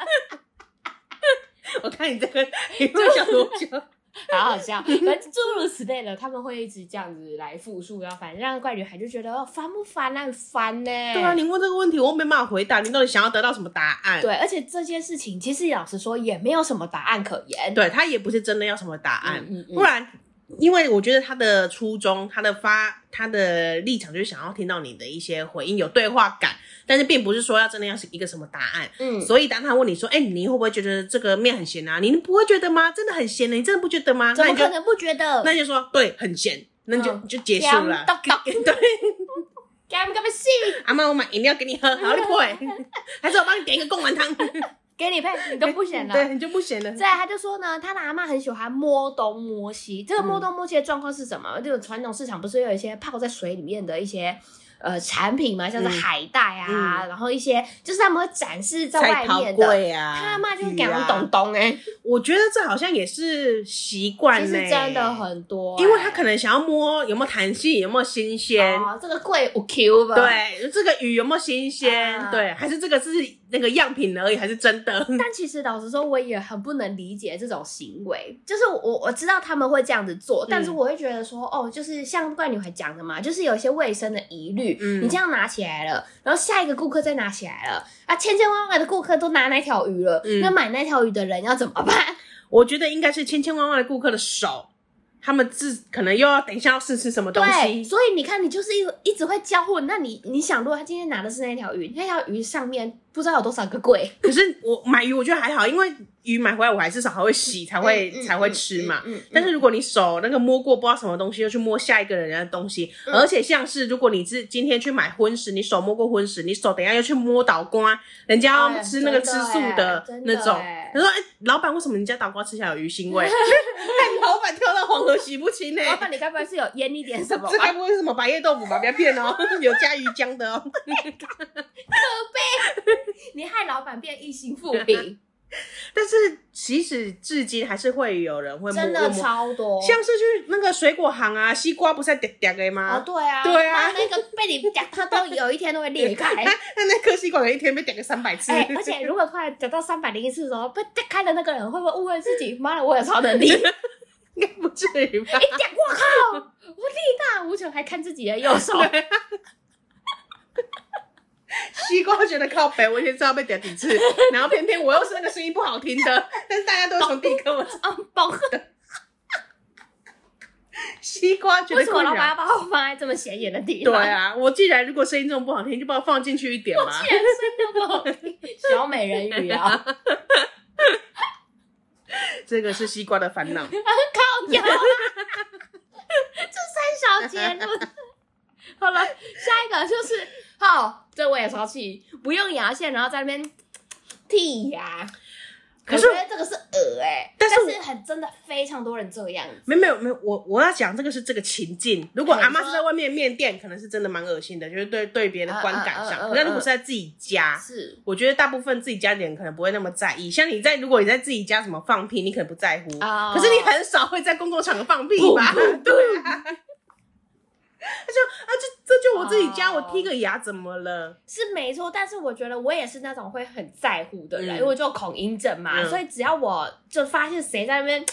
B: 我看你 这个你会想多久？
A: 好好笑。反正诸如此类的，他们会一直这样子来复述，然后反正让怪女孩就觉得哦，烦不烦啊？很烦呢、
B: 对啊，你问这个问题，我又没办法回答，你到底想要得到什么答案？
A: 对，而且这件事情其实老实说也没有什么答案可言。
B: 对他也不是真的要什么答案，
A: 嗯嗯嗯
B: 不然，因为我觉得他的初衷、他的发、他的立场就是想要听到你的一些回应，有对话感，但是并不是说要真的要是一个什么答案。
A: 嗯，
B: 所以当他问你说：“哎、你会不会觉得这个面很咸啊？”你不会觉得吗？真的很咸的，你真的不觉得吗？
A: 怎
B: 那
A: 么
B: 你就
A: 可能不觉得？
B: 那你就说对，很咸，那就、
A: 嗯
B: 就结束了。
A: 到到
B: 对，
A: 干不干不信？
B: 阿妈，我买饮料给你喝，好你 会，还是我帮你点一个贡丸汤？
A: 给你配，你 都不选了。
B: 对， 你就不咸了。
A: 再来，他就说呢，他的阿妈很喜欢摸东摸西。这个
B: 嗯
A: 摸东摸西的状况是什么？这种传统市场不是有一些泡在水里面的一些呃产品嘛，像是
B: 嗯
A: 海带啊，然后一些就是他们会展示在
B: 菜
A: 外
B: 桃
A: 面的。
B: 贵啊，
A: 他阿妈就是
B: 鱼
A: 给他
B: 啊
A: 们懂懂哎，
B: 我觉得这好像也是习惯、
A: 其
B: 呢，
A: 实真的，很多欸、
B: 因为他可能想要摸有没有弹性，有没有新鲜，
A: 哦，这个贵五 Q 吧？，
B: 对，这个鱼有没有新鲜，
A: 啊
B: 对，还是这个是那个样品而已，还是真的？
A: 但其实老实说，我也很不能理解这种行为。就是我我知道他们会这样子做，但
B: 嗯
A: 是我会觉得说，哦，就是像怪女孩讲的嘛，就是有一些卫生的疑虑，
B: 嗯
A: 你这样拿起来了，然后下一个顾客再拿起来了，啊，千千万万的顾客都拿那条鱼了，
B: 嗯
A: 那买那条鱼的人要怎么办？
B: 我觉得应该是千千万万的顾客的手，他们自可能又要等一下要试吃什么东
A: 对，
B: 西，
A: 所以你看，你就是一一直会交互。那你你想，如果他今天拿的是那条鱼，那条鱼上面不知道有多少个柜，
B: 可是我买鱼我觉得还好，因为鱼买回来我还至少还会洗，才会、
A: 嗯嗯
B: 才会吃嘛。
A: 嗯嗯嗯
B: 但是如果你手那个摸过不知道什么东西，又去摸下一个人家的东西，
A: 嗯
B: 而且像是如果你是今天去买荤食，你手摸过荤食，你手等一下又去摸倒瓜，人家要
A: 哎
B: 吃那个吃
A: 真的
B: 素
A: 哎
B: 的
A: 真
B: 那
A: 的
B: 种
A: 哎，
B: 他说：“哎、老板，为什么你家倒瓜吃起来有 鱼腥味？”哎老板跳到黄河洗不清呢、
A: 老板，你该不会是有腌一点 什么啊
B: 这
A: 吧
B: 该？不会是什么白叶豆腐 吧？不要骗哦，有加鱼浆 的哦。
A: 你害老板变一心复 病，
B: 但是其实至今还是会有人会摸
A: 真的
B: 摸
A: 超多。
B: 像是去那个水果行啊，西瓜不是点点的吗？
A: 哦，对啊，
B: 对啊
A: 把那个被你夹，它都有一天都会裂开。
B: 那啊那颗西瓜有一天被点个三百次，
A: 哎、而且如果快夹到三百零一次的时候，被夹开的那个人会不会误会自己？妈的，我有超 能力！一夹，
B: 应该不至于吧？
A: 我靠，我力大无穷，还看自己的右 手。
B: 西瓜觉得靠北，我也知道被点几次，然后偏偏我又是那个声音不好听 的，但是大家都从第一个我
A: 啊，宝，
B: 西瓜觉
A: 为
B: 得
A: 什么
B: 困
A: 老板
B: 扰。
A: 要把我放在这么显眼的地
B: 对
A: 方？，
B: 啊，我既然如果声音这么不好听，就把我放进去一点嘛。
A: 竟然声音都不好 听，小美人鱼啊，
B: 这个是西瓜的烦恼。
A: 靠腰啊， 这三小节录的。 好了，下一个就是，好，这我也超气，不用牙线，然后在那边剔牙，
B: 可是
A: 我觉得这个是恶哎、
B: 但
A: 但
B: 是嗯
A: 是很真的非常多人这样子。
B: 没有没有没有，我我要讲这个是这个情境。如果
A: 对
B: 阿妈
A: 你
B: 是
A: 说
B: 在外面面店，可能是真的蛮恶心的，就是对对别人的观感
A: 嗯嗯
B: 上。
A: 嗯嗯
B: 可是如果是在自己家，
A: 是，
B: 我觉得大部分自己家的人可能不会那么在
A: 啊
B: 意。像你在如果你在自己家什么放屁，你可能不在乎，
A: 哦
B: 可是你很少会在工作场合放屁吧？对啊， 他就啊这这就我自己家，
A: 哦
B: 我剔个牙怎么了？
A: 是没错，但是我觉得我也是那种会很在乎的人，
B: 嗯
A: 因为我就有恐音症嘛，
B: 嗯
A: 所以只要我就发现谁在那边，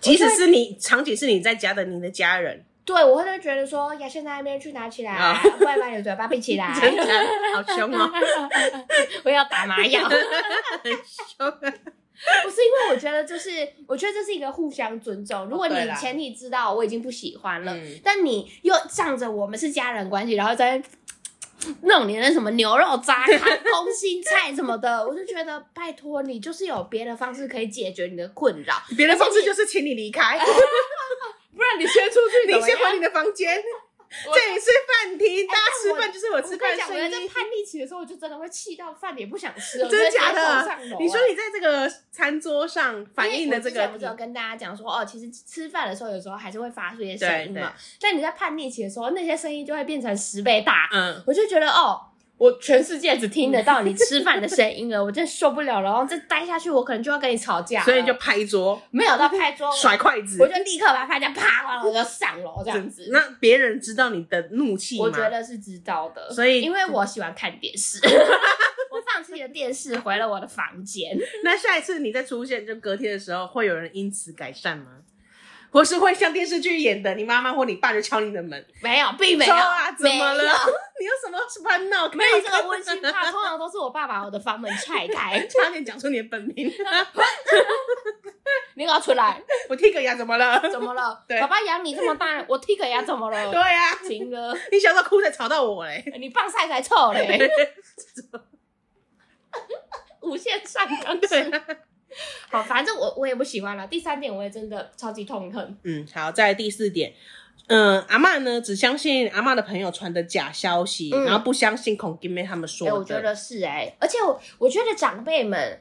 B: 即使是你场景是你在家的，你的 家人，
A: 对我会觉得说牙线在那边去拿起来，
B: 啊
A: 不然把你的嘴巴闭起来，
B: 真的好凶哦，
A: 我要打麻药。
B: 很凶。
A: 不是因为我觉得，就是我觉得这是一个互相尊重。如果你
B: 哦对啦
A: 前提知道我已经不喜欢了，
B: 嗯
A: 但你又仗着我们是家人关系，然后在弄你的什么牛肉渣、 空心菜什么的，我就觉得拜托你，就是有别的方式可以解决你的困扰，
B: 别人方式就是请你离开，
A: 不 然你先出去
B: 你
A: 怎么
B: 先
A: 样
B: 回你的房间。
A: 我哎
B: 这里是饭厅，大家吃
A: 但
B: 饭就是我吃
A: 我跟你讲，
B: 饭的
A: 我在
B: 声
A: 这
B: 音。
A: 叛逆期的时候，我就真的会气到饭也不想吃，我
B: 真的
A: 直接
B: 假
A: 走
B: 的
A: 上楼？
B: 你说
A: 哎
B: 你在这个餐桌上反映的这
A: 因为我之前不是有
B: 个，
A: 跟大家讲说，哦，其实吃饭的时候有时候还是会发出一些声音
B: 对对
A: 嘛。但你在叛逆期的时候，那些声音就会变成十倍大。
B: 嗯，
A: 我就觉得，哦，我全世界只听得到你吃饭的声音了，我真的受不了了。然后再待下去，我可能就要跟你吵架了。
B: 所以就拍桌、
A: 没有到拍桌，
B: 甩筷子
A: 哦我，就立刻把拍架啪，完了我就上楼这样子。
B: 那别人知道你的怒气
A: 我觉
B: 吗？
A: 得是知道的，
B: 所以
A: 因为我喜欢看电 视，我放弃了电视，回了我的房间。
B: 那下一次你再出现，就隔天的时候，会有人因此改善吗？或是会像电视剧演的，你妈妈或你爸就敲你的门，
A: 没有， 并没有
B: 说啊，怎么
A: 没
B: 了
A: 有？
B: 你有什么烦恼？，
A: 没有这个温馨趴，通常都是我爸把我的房门踹开
B: 差点讲出你的本名，
A: 你给我出来，
B: 我踢个牙怎 么了？
A: 怎么了？
B: 对
A: 爸爸养你这么大，我踢个牙怎么
B: 对
A: 了？
B: 呀、啊，
A: 停了，
B: 你小时候哭才吵到我嘞。
A: 你棒晒才臭 嘞，无限上纲是。好，反正我我也不喜欢了。第三点，我也真的超级痛恨。
B: 嗯，好，再来第四点，嗯，阿嬷呢只相信阿嬷的朋友传的假消息，
A: 嗯
B: 然后不相信孔金妹他们说
A: 哎、
B: 的。
A: 我觉得是哎、而且我我觉得长辈们。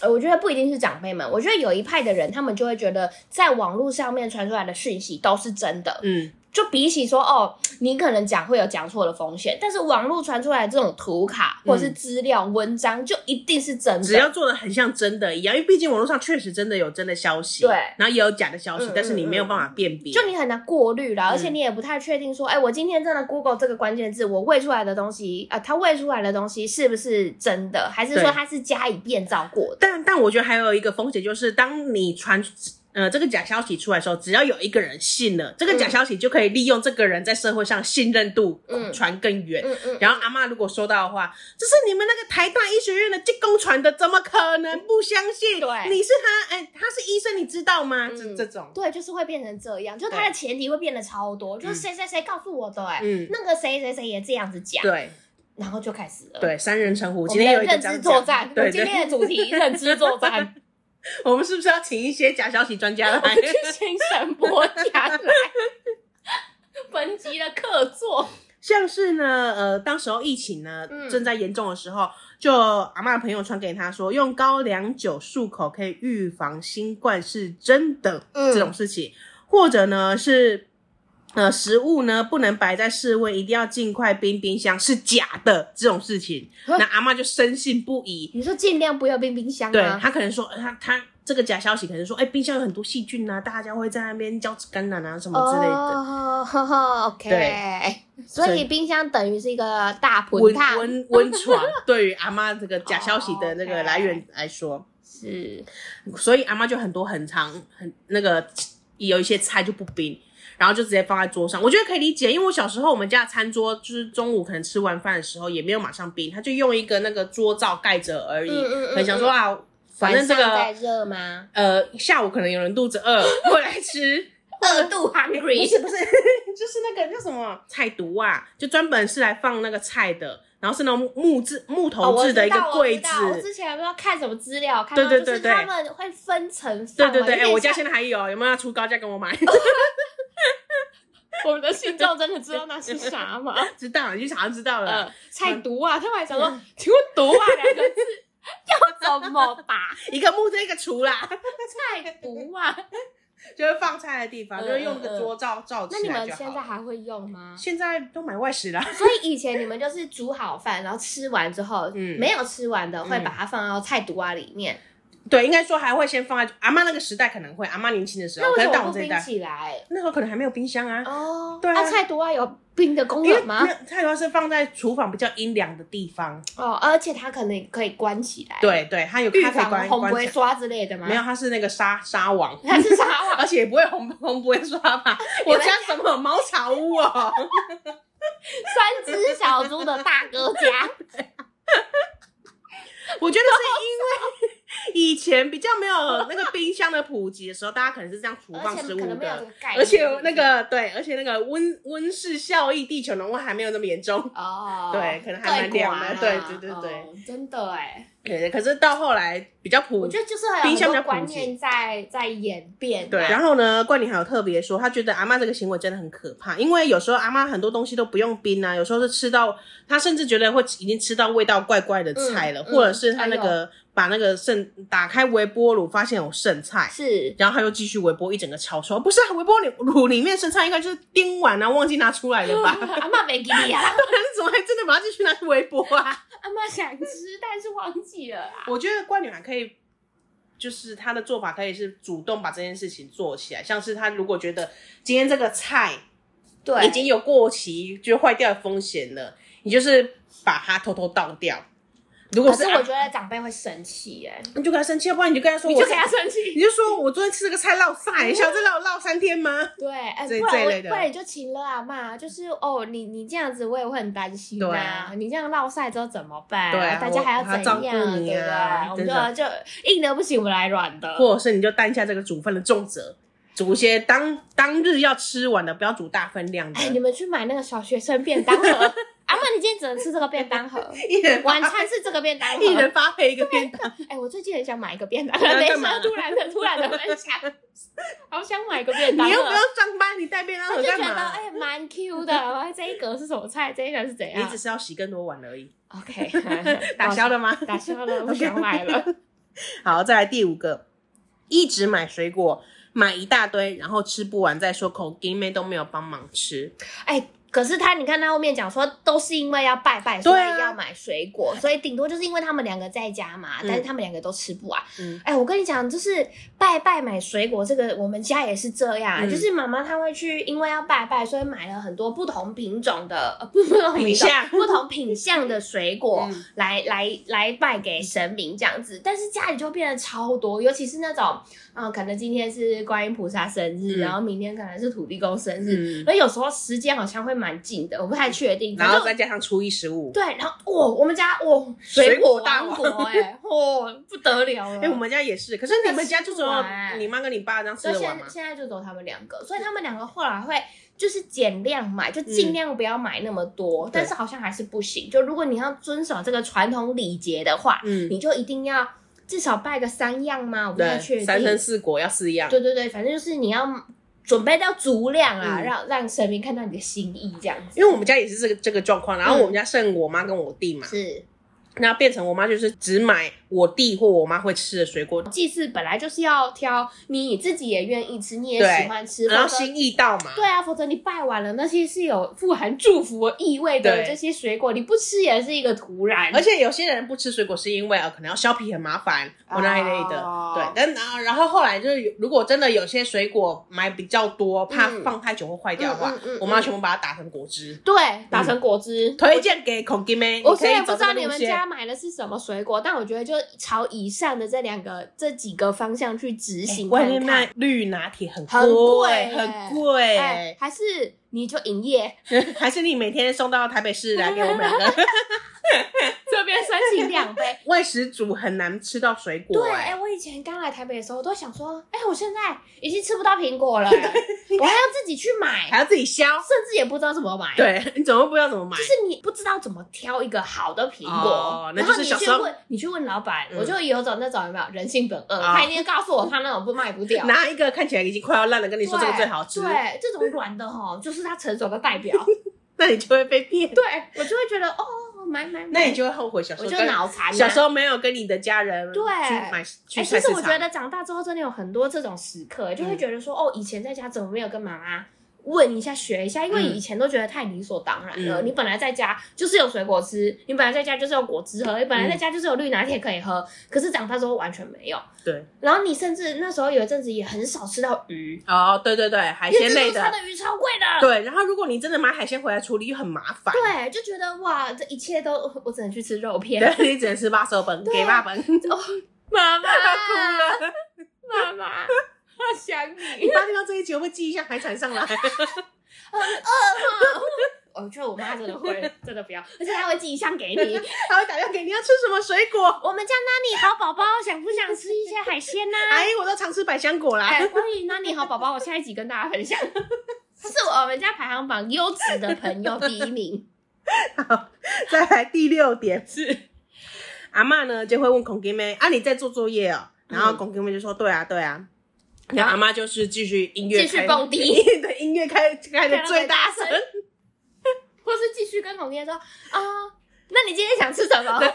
A: 呃，我觉得不一定是长辈们，我觉得有一派的人，他们就会觉得在网络上面传出来的讯息都是真的，
B: 嗯，
A: 就比起说哦，你可能讲会有讲错的风险，但是网络传出来的这种图卡或者是资料、文章，就一定是真
B: 嗯只要
A: 的。
B: 做的很像真的一样，因为毕竟网络上确实真的有真的消息，
A: 对
B: 然后也有假的消息，
A: 嗯
B: 但是你没有办法辨别。
A: 就你很难过滤啦，
B: 嗯
A: 而且你也不太确定说，哎、我今天真的 Google 这个关键字，我喂出来的东西啊、呃它喂出来的东西是不是真的，还是
B: 对
A: 说它是加以变造过的？
B: 但但我觉得还有一个风险就是，当你传呃这个假消息出来的时候，只要有一个人信了，这个假消息就可以利用这个人在社会上信任度
A: 嗯
B: 传更远。
A: 嗯嗯，
B: 然后阿妈如果收到的话，这是你们那个台大医学院的技工传的，怎么可能不相信？
A: 对
B: 你是他，哎，他是医生，你知道吗？这
A: 嗯
B: 这种，
A: 对，就是会变成这样，就它的前提会变得超多，就是谁谁谁告诉我的、哎、
B: 嗯，
A: 那个谁谁谁也这样子讲，
B: 对
A: 然后就开始了。，
B: 对，三人成虎。
A: 我
B: 今
A: 们
B: 天
A: 的
B: 有一个
A: 认
B: 这样
A: 知
B: 讲
A: 作战，我
B: 对
A: 们今
B: 对，
A: 天的主题认知作战。
B: 我们是不是要请一些假消息专家 来？
A: 去请沈伯家来 本集的客座。
B: 像是呢，呃，当时候疫情呢、
A: 嗯
B: 正在严重的时候，就阿妈的朋友传给他说，用高粱酒漱口可以预防新冠是真的、
A: 嗯
B: 这种事情，或者呢是。呃，食物呢不能摆在室温，一定要尽快冰冰箱，是假的这种事情，
A: 呵
B: 那阿妈就深信不疑。
A: 你说尽量不要冰冰箱
B: 对
A: 啊，
B: 他可能说，呃他他这个假消息可能说，哎、冰箱有很多细菌啊，大家会在那边交叉感染啊什么之类的。
A: 哦呵呵，OK
B: 对。
A: 所
B: 所以
A: 以冰箱等于是一个大
B: 温
A: 滚烫，
B: 温温床，对于阿妈这个假消息的那
A: 哦
B: 个
A: ，OK
B: 来源来说，
A: 是
B: 所以阿妈就很多很长很那个有一些菜就不冰，然后就直接放在桌上。我觉得可以理解，因为我小时候我们家的餐桌就是中午可能吃完饭的时候也没有马上冰，他就用一个那个桌罩盖着而已。
A: 嗯嗯嗯
B: 可能想说啊，反正这
A: 晚上在
B: 个
A: 热吗？
B: 呃下午可能有人肚子饿会来吃。
A: 二度
B: 不是
A: hungry，
B: 不是，就是那个叫什么菜毒啊，就专门是来放那个菜的，然后是那种木质木
A: 哦
B: 头
A: 我
B: 制
A: 知
B: 的一个
A: 道我
B: 柜
A: 知
B: 子。
A: 道我之前不知道看什么资料，看
B: 对
A: 到
B: 对
A: 就是
B: 对对
A: 他们会分层放
B: 对
A: 嘛，
B: 对对，哎、
A: 有点
B: 我家
A: 像
B: 现在还有，有没有要出高价跟 我买？
A: 我们的信众真的知道那是啥 吗？
B: 知
A: 嗯
B: 道了，你就想要知道了。
A: 呃，菜毒啊，他们还想说，请问毒啊两个字要怎
C: 什么吧？
B: 一个木头一个厨啦，
C: 菜不啊？
B: 就是放菜的地方，
C: 嗯
B: 就是用个桌罩罩起
C: 那
B: 来
C: 你们
B: 就好。
C: 现在还会用 吗？
B: 现在都买外食啦，
A: 所以以前你们就是煮好饭，然后吃完之后，
B: 嗯
A: 没有吃完的会
B: 嗯
A: 把它放到菜毒啊里面。
B: 对，应该说还会先放在阿妈那个时代可能会，阿妈年轻的时候，
A: 那
B: 可
A: 为
B: 是
A: 什
B: 到
A: 么
B: 我
A: 不
B: 们这
A: 冰
B: 一代，
A: 起来？
B: 那时候可能还没有冰箱啊，
A: 哦，
B: 对啊
A: 那菜毒啊有冰的功
B: 因为
A: 能吗？
B: 那菜刀是放在厨房比较阴凉的地方，
A: 哦，而且它可能可以关起来，，
B: 对对，它有
A: 预
B: 它可以
A: 哎防
B: 关
A: 红
B: 关
A: 龟
B: 起来，
A: 刷之类的吗？
B: 没有，，它是那个纱纱网。
A: 它是啥网？
B: 而且也不会红红不会刷 吧？
A: 有
B: 我
A: 人
B: 家什么茅草屋哦？
A: 三只小猪的大哥 家。
B: 我觉得是因为以前比较没有那个冰箱的普及的时候，大家可能是这样储
A: 而
B: 放
A: 且
B: 食
A: 可
B: 物
A: 能没有这
B: 的
A: 个。概念，
B: 而且那个对，而且那个温温室效应，地球暖化还没有那么严重。
A: 哦，
B: 对可能还蛮凉的
A: 对哦
B: 对对对对
A: 真的哎，
B: 对，可是到后来比较普
A: 我觉得就是会有
B: 冰
A: 很
B: 箱
A: 多
B: 比较普
A: 观
B: 及
A: 念在在演变，
B: 对，然后呢，冠霖还有特别说，他觉得阿妈这个行为真的很可怕，因为有时候阿妈很多东西都不用冰啊，有时候是吃到他甚至觉得会已经吃到味道怪怪的菜了，
A: 嗯嗯
B: 或者是他那个、把那个剩打开微波炉发现有剩菜。
A: 是
B: 然后他又继续微波一整个超说，不是啊，微波炉炉里面剩菜应该就是叮完啊，忘记拿出来 了 吧？你
A: 阿妈没给你啊，
B: 怎么还真的把它继续拿去微波啊？
A: 阿妈想吃，但是忘记了啊。
B: 我觉得怪女孩可以，就是她的做法可以是主动把这件事情做起来，像是她如果觉得今天这个菜
A: 对，
B: 已经有过期就坏掉的风险了，你就是把它偷偷倒掉。如果
A: 可
B: 是
A: 是
B: 啊
A: 我觉得长辈会生气耶，
B: 你就跟他生气，要不然你就嗯跟他说，
A: 你
B: 我
A: 就给他生气。
B: 你就说我昨天吃这个菜落晒，小子落落三天吗？
A: 对，哎，
B: 这
A: 不然
B: 这一类
A: 我
B: 的
A: 不然你就请了阿妈，就是哦，你你这样子我也会很担心
B: 对
A: 啊
B: 啊，
A: 你这样落晒之后怎么办？
B: 对啊
A: 大家还
B: 我我还
A: 要怎
B: 照顾
A: 样？对不
B: 你
A: 对
B: 啊？
A: 我们
B: 真的
A: 就就硬的不行，我们来软的。
B: 或者是你就担下这个煮饭的重责，煮一些当当日要吃完的，不要煮大分量的。
A: 哎，你们去买那个小学生便当 盒，阿妈，你今天只能吃这个便当盒，
B: 一 人发
A: 晚餐是这个便当盒。
B: 一人发配一个便当，
A: 哎、我最近很想买一个便当，
B: 你要
A: 等一
B: 干嘛
A: 下突然的突然的分享，好想买一个便当
B: 你
A: 盒。
B: 又不用上班，你带便当
A: 我
B: 盒
A: 就觉
B: 干
A: 得
B: 嘛？
A: 哎，蛮、Q 的。哎这一格是什么菜？这一格是怎
B: 你
A: 样
B: 只是要洗更多碗而已。
A: ？OK，
B: 打消了吗？
A: 打消了，不想买 了。
B: 好，再来第五个，一直买水果，买一大堆，然后吃不完再说，口弟妹都没有帮忙吃。
A: 哎、可是他，你看他后面讲说，都是因为要拜拜，
B: 对
A: 所以
B: 啊
A: 要买水果，所以顶多就是因为他们两个在家嘛，但是他们两个都吃不完。
B: 嗯
A: 哎、我跟你讲，就是拜拜买水果这个，我们家也是这样，啊
B: 嗯
A: 就是妈妈她会去，因为要拜拜，所以买了很多不同品种的， 呃、不不同品种
B: 品相
A: 不同品相的水果。
B: 嗯
A: 来来来拜给神明这样子，但是家里就变得超多，尤其是那种，嗯、可能今天是观音菩萨生日，
B: 嗯
A: 然后明天可能是土地公生日，
B: 嗯，
A: 那有时候时间好像会蛮近的，我不太确定。反
B: 然后
A: 正
B: 再加上初一十五。
A: 对，然后哦，我们家哦，
B: 水果
A: 果
B: 大
A: 王国哎、哦，不得了了。
B: 哎、我们家也是，可是你们家就只有
A: 那吃不完欸
B: 你妈跟你爸这样吃
A: 所以
B: 得
A: 现
B: 完
A: 在
B: 吗？
A: 现在就走他们两个，所以他们两个后来会就是减量买，就
B: 嗯
A: 尽量不要买那么多，但是好像还是不行。就如果你要遵守这个传统礼节的话，
B: 嗯，
A: 你就一定要至少拜个三样吗？我不太确
B: 对，三
A: 定
B: 生。四果要四样。
A: 对对对，反正就是你要准备到足量啊，
B: 嗯
A: 让让神明看到你的心意这样子。
B: 因为我们家也是这个这个状况，然后
A: 嗯
B: 我们家剩我妈跟我弟嘛，
A: 是
B: 那变成我妈就是只买我弟或我妈会吃的水果，
A: 祭祀本来就是要挑你自己也愿意吃，你也
B: 对
A: 喜欢吃，
B: 然后
A: 否则
B: 心意到嘛，
A: 对啊，否则你拜完了那些是有富含祝福意味的
B: 对
A: 这些水果，你不吃也是一个徒然。
B: 而且有些人不吃水果是因为呃，可能要削皮很麻烦，或那一类的。
A: 哦
B: 对，但然后然后后来就是有，如果真的有些水果买比较多，怕
A: 嗯
B: 放太久会坏掉的话，
A: 嗯嗯嗯嗯
B: 我妈全部把它打成果汁，
A: 对，打成果汁。
B: 推荐给孔弟妹。
A: 我
B: 你可
A: 虽
B: 以
A: 然不
B: 走
A: 知
B: 这
A: 道
B: 个
A: 你们
B: 路线
A: 家买的是什么水果，但我觉得就朝以上的这两个、这几个方向去执行
B: 哎外
A: 看
B: 面卖
A: 看。
B: 绿拿铁很
A: 很
B: 贵，
A: 贵
B: 很贵、
A: 哎，还是你就营业
B: 还是你每天送到台北 市来给我们两个
A: 这边申请两杯，
B: 外食族很难吃到水果、
A: 对，哎、
B: 哎，
A: 我以前刚来台北的时候，都想说，哎、我现在已经吃不到苹果了，我还要自己去买，
B: 还要自己削。
A: 甚至也不知道怎么买。，
B: 对，你怎么不知道怎么买
A: 就？是你不知道怎么挑一个好的苹果，
B: 哦那
A: 然
B: 就
A: 后
B: 是
A: 你
B: 小
A: 去
B: 时候
A: 问，你去问老板，
B: 嗯
A: 我就有种那种有没有人性本恶，
B: 哦
A: 他一定告诉我他那种不卖不 掉。
B: 拿一个看起来已经快要烂了，跟你说这个最好吃，
A: 对， 这种软的哈，就是它成熟的代表。
B: 那你就会被骗。
A: 对我就会觉得哦，买买买。
B: 那你就会后悔小时
A: 我
B: 候
A: 就
B: 跟
A: 脑残啊，
B: 小时候没有跟你的家人
A: 对
B: 去买去
A: 哎、其
B: 菜
A: 实
B: 市场。嗯
A: 我觉得长大之后真的有很多这种时刻，就会觉得说，哦，以前在家怎么没有跟妈妈问一下、学一下？因为
B: 嗯
A: 以前都觉得太理所当然了。
B: 嗯
A: 你本来在家就是有水果吃，你本来在家就是有果汁喝，你本来
B: 嗯
A: 在家就是有绿拿铁可以喝。可是长大之后完全没有。
B: 对，
A: 然后你甚至那时候有一阵子也很少吃到鱼，
B: 哦，对对对，海
A: 因为
B: 鲜
A: 自
B: 类
A: 助餐
B: 的，
A: 的鱼超贵的。
B: 对。然后如果你真的买海鲜回来处理，又很麻烦，
A: 对，就觉得哇，这一切都我只能去吃肉片。
B: 对，你只能吃八手本，
A: 对
B: 给八本。
C: 妈妈，
B: 哭了，
C: 妈 妈，我想
B: 你
C: 你。
B: 爸听到这一集，会不会寄一下海产上来？
A: 我哦觉得我妈真的 会，真的不要，而且她会寄一箱给你。
B: 他会打电话给你要吃什么水果？
A: 我们家 Nani 好宝宝想不想吃一些海 鲜呢、
B: 阿姨，我都常吃百香果啦。
A: 哎，关于 Nani 好宝宝，我下一集跟大家分享， 这是我们家排行榜优质的朋友第一 名。
B: 再来第六点是，阿嬷呢就会问孔弟妹啊，你在做作业哦？
A: 嗯
B: 然后孔弟妹就说对啊对啊，然后阿妈就是继续音乐
A: 继续
B: 开
A: 蹦迪，
B: 对音乐开开的最大声，
A: 或是继续跟孔爹说啊、那你今天想吃什么？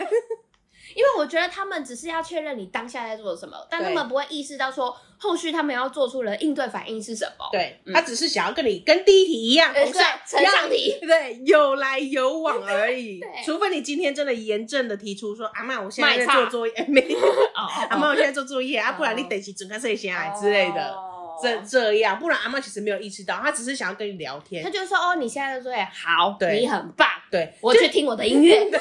A: 因为我觉得他们只是要确认你当下在做什么，但他
B: 对
A: 们不会意识到说后续他们要做出的应对反应是什么。
B: 对
A: 嗯
B: 他只是想要跟你跟第一题一样，
A: 呃，
B: 我
A: 对，呈上 题。
B: 对，有来有往而已
A: 对。
B: 除非你今天真的严正的提出说，阿嬷，我现在在
C: 卖菜
B: 做作业，哎 没 有，阿
A: 哦，
B: 嬷，我现在做作业啊，
A: 哦
B: 不然你等起准看这些啊之类的，
A: 哦
B: 这这样，不然阿嬷其实没有意识到，她只是想要跟你聊天
A: 他。就说哦，你现在的作业好，
B: 对
A: 你很棒，
B: 对，
A: 我去听我的音乐。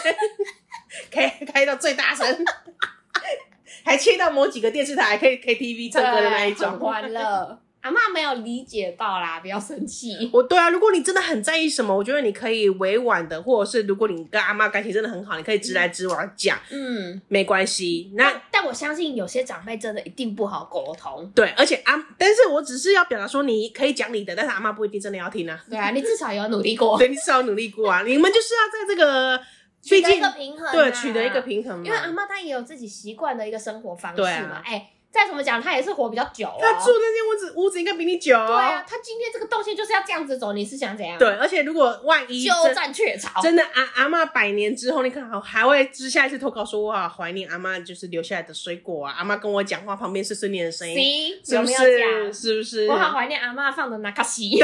B: 开开到最大声， 还切到某几个电视台可以 KTV 唱歌的那一
A: 很
B: 种。
A: 欢 乐。阿妈没有理解到啦，不要生气。
B: 我对啊，如果你真的很在意什么，我觉得你可以委婉的，或者是如果你跟阿妈感情真的很好，你可以直来直往讲，
A: 嗯，
B: 没关系。那
A: 但但我相信有些长辈真的一定不好沟 通。
B: 对，而且阿，但是我只是要表达说，你可以讲你的，但是阿妈不一定真的要听啊。
A: 对啊，你至少有努力过，
B: 对，你至少努力过啊。你们就是要在这个，
A: 取
B: 毕
A: 得一
B: 竟
A: 个平衡、啊
B: 对取得一个。平衡嘛。
A: 因为阿妈她也有自己习惯的一个生活方式
B: 对
A: 嘛
B: 啊。
A: 哎、再怎么讲，她也是活比较久、哦。
B: 他住那间屋子，屋子应该比你久、哦。
A: 对啊，她今天这个动线就是要这样子走，你是想怎样？
B: 对，，而且如果万一
A: 鸠
B: 真
A: 占鹊巢。
B: 真的阿阿妈百年之后，你可能还会之下一次投稿说，哇，怀念阿妈就是留下来的水果啊，阿妈跟我讲话旁边碎碎念的声音，
A: C
B: 是
A: 有
B: 不
A: 没有讲
B: 是？？是不是
A: 我？好怀念阿妈放的那卡 西。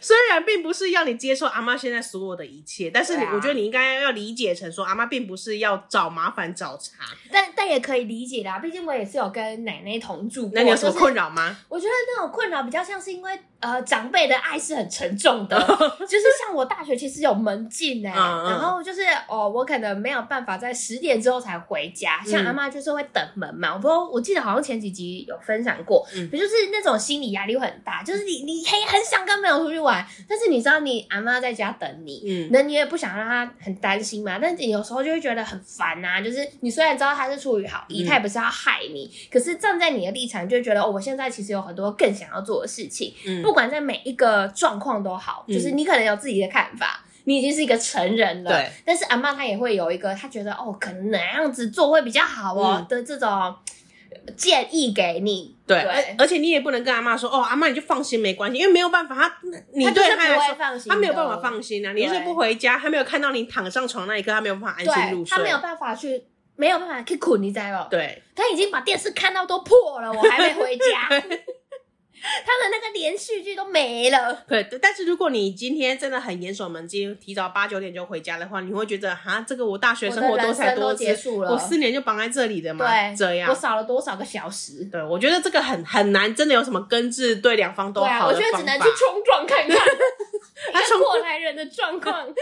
B: 虽然并不是要你接受阿妈现在所有的一切，但是你、
A: 对啊
B: 我觉得你应该要理解成说，阿妈并不是要找麻烦找茬。
A: 但但也可以理解啦，毕竟我也是有跟奶奶同住过。
B: 那你有什么
A: 就是
B: 困扰吗？
A: 我觉得那种困扰比较像是因为呃长辈的爱是很沉重 的，就是像我大学其实有门禁哎、
B: 嗯嗯
A: 然后就是哦我可能没有办法在十点之后才回家，像
B: 嗯
A: 阿妈就是会等门嘛，我不知道我记得好像前几集有分享过，
B: 嗯
A: 可就是那种心理压力会很大，就是你你很很想跟朋友出去玩，但是你知道你阿妈在家等你，
B: 嗯，
A: 那你也不想让他很担心嘛，但是你有时候就会觉得很烦呐、就是你虽然知道他是出于好意，
B: 嗯
A: 他也不是要害你，可是站在你的立场，就会觉得、哦、我现在其实有很多更想要做的事情，
B: 嗯
A: 不管在每一个状况都好，
B: 嗯
A: 就是你可能有自己的看法。你已经是一个成人了，
B: 对。
A: 但是阿妈她也会有一个，她觉得哦，可能哪样子做会比较好哦、
B: 嗯
A: 的这种呃建议给你。
B: 对，
A: 对
B: 而而且你也不能跟阿妈说哦，阿妈你就放心没关系，因为没有办法，他你
A: 她就
B: 对
A: 是
B: 他
A: 不
B: 来
A: 会
B: 说，
A: 放心哦的，
B: 他没有办法放心啊。你就是
A: 对
B: 不回家，他没有看到你躺上床那一刻，他没有办法安心入
A: 对，
B: 睡。
A: 他没有办法去，没有办法去苦，你知道吗？
B: 对，
A: 他已经把电视看到都破了，我还没回家。他的那个连续剧都没了，
B: 对，但是如果你今天真的很严守门禁，提早八九点就回家的话，你会觉得哈，这个我大学
A: 我
B: 生
A: 的
B: 活多
A: 人
B: 才
A: 生
B: 多
A: 都结
B: 姿，
A: 束了。
B: 我四年就绑在这里的嘛，
A: 对，
B: 这
A: 我
B: 样。
A: 少了多少个小时？
B: 对，我觉得这个很很难，真的有什么根治对两方都
A: 对啊，
B: 好
A: 我
B: 的
A: 觉
B: 方法。
A: 得只能去冲撞看看，
B: 他
A: 一个过来人的状况。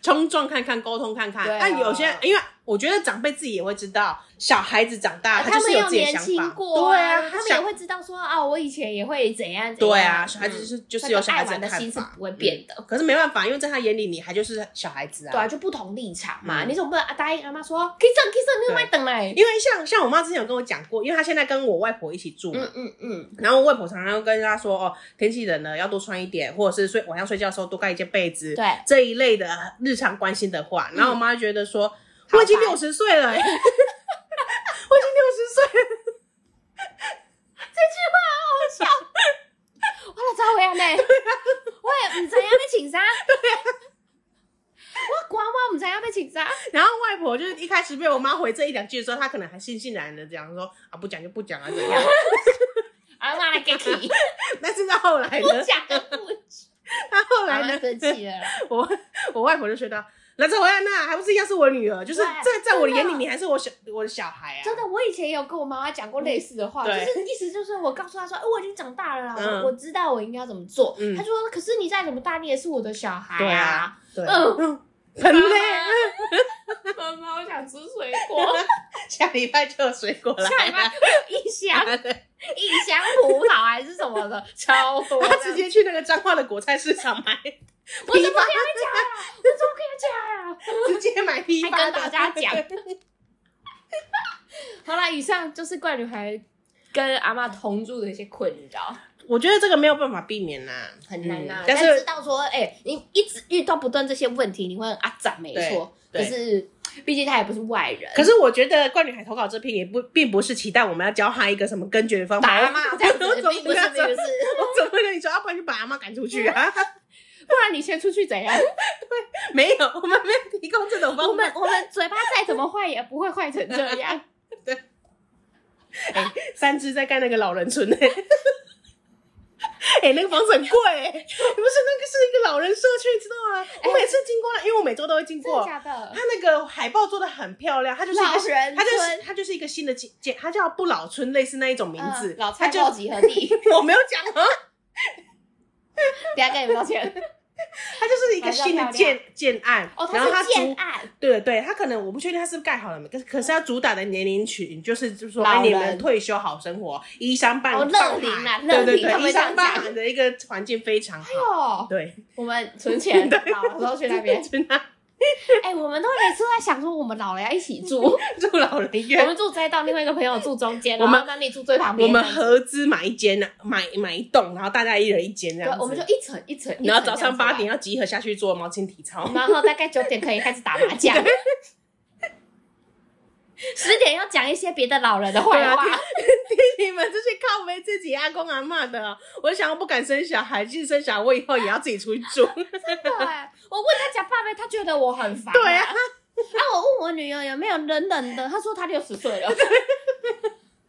B: 冲撞看看，沟通看看。
A: 对啊
B: 但有些，因为我觉得长辈自己也会知道，小孩子长大，
A: 哎他
B: 就是
A: 们
B: 有
A: 有
B: 自己的
A: 年
B: 想
A: 轻
B: 法。
A: 过
B: 对啊，
A: 他们也
B: 小
A: 会知道说啊，我以前也会怎样怎样。
B: 对啊，小孩子
A: 嗯
B: 就是就是
A: 那
B: 有
A: 个
B: 小
A: 爱
B: 孩子
A: 玩
B: 的
A: 的
B: 看
A: 心是
B: 法，
A: 不会变的。
B: 可是没办法，因为在他眼里你还就是小孩子
A: 对啊，就不同立场嘛，
B: 嗯
A: 你总不能啊答应阿妈说，Kiss Kiss，你
B: 对
A: 就卖等来。
B: 因为像像我妈之前有跟我讲过，因为她现在跟我外婆一起住嘛，
A: 嗯嗯嗯，
B: 然后我外婆常常会跟她说，哦，天气冷了要多穿一点，或者是睡晚上睡觉的时候多盖一件被子，
A: 对嗯
B: 这一类的日常关心的话。然后我妈觉得说，
A: 烦
B: 我已经六十岁 了、欸我已经六十岁了，
A: 这句话好好笑，我哪啊知影呢？我也唔知影你穿啥。我赶我啊被请杀。
B: 然后外婆就是一开始被我妈回这一两句的时候，她可能还悻悻然的讲说啊不讲就不讲啊 怎样。
C: 阿妈来给你，
B: 但是到后来
A: 不
B: 呢，
A: 讲的不讲，
B: 她后
A: 妈
B: 来
A: 妈
B: 呢，
A: 生 气了啦。
B: 我我外婆就学到，蓝色维安娜还不是一样是我女儿，就是
A: 对
B: 在在我的眼里，
A: 真的
B: 你还是我小我的小孩啊。
A: 真的，我以前也有跟我妈妈讲过类似的话，
B: 嗯
A: 就
B: 对
A: 是意思就是我告诉她说，哎、我已经长大了啦，
B: 嗯
A: 我知道我应该怎么做。
B: 嗯
A: 她说，可是你再怎么大，你也是我的小孩
B: 对啊，对，
A: 嗯
B: 嗯，很累。
C: 妈妈，我想吃水果，
B: 下礼拜就有水果 来啊
C: 下礼拜
A: 啊
B: 了。
C: 有一箱
B: 对
C: 一箱葡萄还是什么的，超多的。
B: 他直接去那个彰化的果菜市场买，
C: 我怎么可以讲啊？我怎么可以讲啊？
B: 直接买批发的。
C: 还跟大家讲好啦，以上就是怪女孩跟阿妈同住的一些困扰。
B: 我觉得这个没有办法避免啦，
A: 很难啊
B: 嗯。但
A: 知
B: 是
A: 道说，哎、你一直遇到不断这些问题，你会很阿展没错。可
B: 对对
A: 是，毕竟她也不是外人。
B: 可是我觉得怪女孩投稿这篇也不并不是期待我们要教她一个什么根绝的方法。
A: 打阿
B: 我
A: 妈这样子，
B: 我 怎么
A: 并不是，并不是。
B: 我怎么会跟你说，啊要不然就把阿妈赶出去啊？
C: 不然你先出去怎样？
B: 没有，我们没有提供这种方法。
C: 我们我们嘴巴再怎么坏也不会坏成这 样。
B: 哎三只在盖那个老人村呢、欸。 哎、那个房子很贵、欸，不是那个是一个老人社区，你知道吗？
A: 哎
B: 我每次经过那，因为我每周都会经
C: 真的
B: 过，
C: 假的
A: 嗯
B: 它？那个海报做的很漂亮，它就是一
A: 老
B: 个
A: 人村
B: 它就是它就是一个新的建建，它叫不老村，类似那一种名字。
A: 嗯老
B: 它
A: 菜
B: 就
A: 包集合地，
B: 我没有讲啊，
A: 等一下跟你们道歉。
B: 它就是一个新的建建案，
A: 哦，
B: 然后
A: 她
B: 它
A: 是建
B: 主
A: 案，
B: 对对，它可能我不确定它是不是盖好了没，可是可是它主打的年龄群就是就是说，
A: 老
B: 哎，
A: 人
B: 你们退休好生活，依山伴
A: 哦乐
B: 伴
A: 龄啊
B: 海，
A: 乐
B: 对对
A: 龄他
B: 对，
A: 们
B: 依
A: 这样
B: 山伴
A: 讲
B: 海的一个环境非常好，
A: 哦，
B: 对，
A: 我们存钱
B: 对。
A: 老了时候去那边
B: 去那
A: 哎、我们都每次都在想说，我们老了要一起住，我
B: 住老人院，
A: 们住摘到另外一个朋友住中间，
B: 我
A: 然
B: 们
A: 后那里住最旁边。
B: 我们合资买一间啊，买买一栋，然后大家一人一间这
A: 对
B: 样，子，
A: 我们就一层一层。
B: 然后早上八点
A: 一
B: 要集合下去做毛巾体操
A: 层，这样出来，然后大概九点可以开始打麻将。十点要讲一些别的老人的
B: 对
A: 坏
B: 啊
A: 话，
B: 你们这些靠背自己阿公阿妈的哦，我想我不敢生小孩，即使生小孩，我以后也要自己出去 住。
A: 对，哎我问他讲爸爸，他觉得我很烦、
B: 对啊
A: 啊，我问我女儿有没有冷冷的，她说她六十岁了。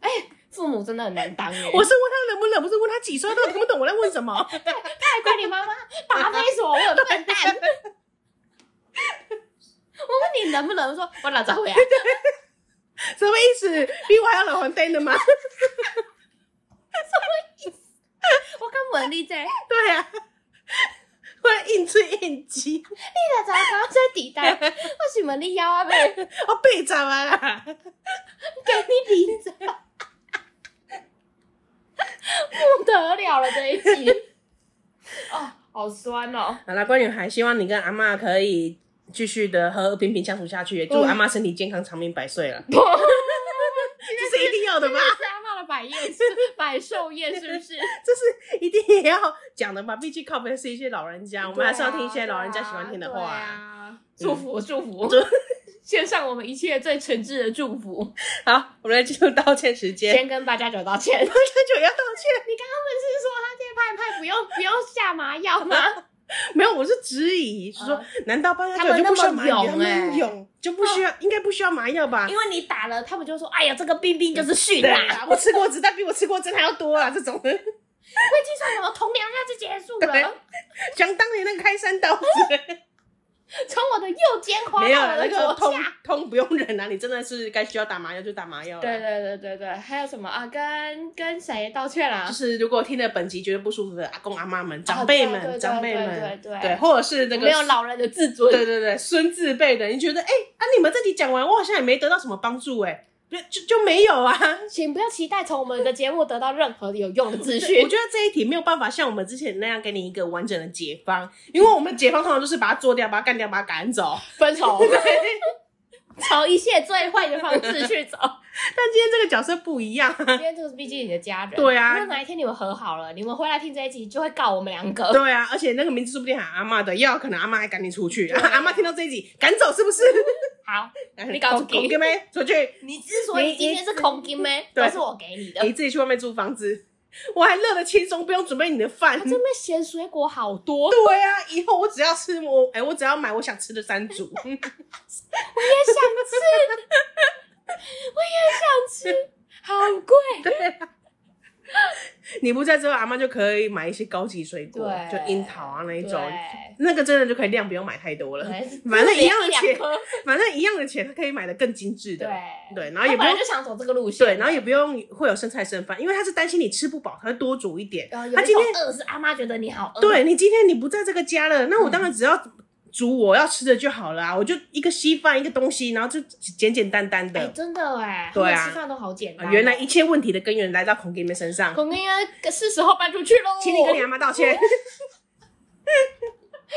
A: 哎、父母真的很难当哎、
B: 我是问他冷不冷，不是问他几岁，他到底听不懂我在问什么。
A: 太怪你妈妈答非所问，笨蛋。我问你能不能说，我老早回来。
B: 什么意思？比我还要老还呆的吗？
A: 我跟文丽在，你
B: 对啊，会硬吃硬挤，
A: 老早刚在底单，为什么你腰啊被
B: 我背着啊啦。
A: 给你领走？不得了了这一集，哦，好酸哦。
B: 好啦，乖女孩，希望你跟阿妈可以继续的和和平平相处下去，祝阿妈身体健康，长命百岁了。 这是一定 要的吧？
C: 是阿妈的百宴，是百寿宴，是不是？
B: 这是一定也要讲的吧？毕竟靠背是一些老人家，我们还是要听一些老人家喜欢听的话。
A: 啊对
B: 嗯
A: 啊
C: 祝福祝福
B: 祝，
C: 献上我们一切最诚挚的祝福。
B: 好，我们来进入道歉时间。
A: 先跟八加九道歉。
B: 八加九要道歉？
C: 你刚刚不是说他这派派不用不用下麻药吗？
B: 没有，我是质疑，是说
A: 嗯
B: 难道八加
A: 他
B: 九
A: 们
B: 就不需要
A: 那么
B: 麻
A: 勇
B: 药？啊他们
A: 欸
B: 勇哎就不需要，应该不需要麻药吧
A: 因？为你打了，他们就说：“哎呀，这个冰冰就是训
B: 对
A: 啦、
B: 啊，我吃过子弹比我吃过针还要多啊！这种
A: 我已经说什么同僚那就结束
B: 对
A: 了，
B: 想当年那个开山刀子，
A: 从我的右肩滑
B: 没有
A: 到
B: 啦
A: 我
B: 那
A: 的
B: 个
A: 左
B: 痛
A: 下。
B: 痛不用忍啊！你真的是该需要打麻药就打麻药。
A: 对。对对对对，还有什么啊？跟跟谁道歉啦、
B: 就
A: 啊？
B: 是如果听了本集觉得不舒服的阿公阿妈们、长辈
A: 啊对对
B: 们、长辈
A: 对
B: 们，
A: 对对
B: 哦对，或者是那
A: 有
B: 个
A: 没有老人的自尊，
B: 对对对，孙字辈的，你觉得哎、啊，你们这集讲完，我好像也没得到什么帮助哎、就就就没有啊。
A: 请不要期待从我们的节目得到任何有用的资
B: 我
A: 讯。
B: 觉得这一题没有办法像我们之前那样给你一个完整的解方，因为我们解方通常都是把它做掉、把它干掉、把它赶走。
A: 分 手，从一切最坏的方式去走。
B: 但今天这个角色不一样、
A: 因为这个毕竟是你的家人，
B: 对啊
A: 如果哪一天你们和好了，你们回来听这一集就会告我们两个。
B: 对啊，而且那个名字说不定喊阿妈的，要可能阿妈还赶你出去，阿妈听到这一集赶走是不是？
A: 好，啊你搞
B: 恐
A: 错
B: 恐哥妹出去，
A: 你之所以今天是空金咩，
B: 对
A: 都是我给你的。
B: 你自己去外面租房子。我还乐得轻松，不用准备你的 饭
A: 他。这边咸水果好多，
B: 对啊，以后我只要吃我哎、我只要买我想吃的山竹。
A: 我也想吃， 我也想吃，好贵。
B: 对啊， 你不在之后，阿妈就可以买一些高级水果，就
A: 对
B: 樱桃啊那一种，
A: 对
B: 那个真的就可以量不用买太多了，
A: 对
B: 反正一样的
A: 两
B: 钱，
A: 颗
B: 反正一样的钱，他可以买的更精致的，
A: 对
B: 对，然后也
A: 他
B: 不
A: 本
B: 用
A: 来就想走这个路线，
B: 对，然后也不用会有剩菜剩饭，因为他是担心你吃不饱，他会多煮一点。
A: 然后
B: 他
A: 有一
B: 今
A: 种
B: 天
A: 饿是阿妈觉得你好饿，
B: 对你今天你不在这个家了，那
A: 嗯
B: 我当然只要煮我要吃的就好了啊，我就一个稀饭一个东西，然后就简简单单的。
A: 哎，真的哎，
B: 对啊
A: 他们吃饭都好简单
B: 啊
A: 哦。
B: 原来一切问题的根源来到孔给你们身上，
A: 孔哥应该是时候搬出去喽，
B: 请你跟你阿妈道歉。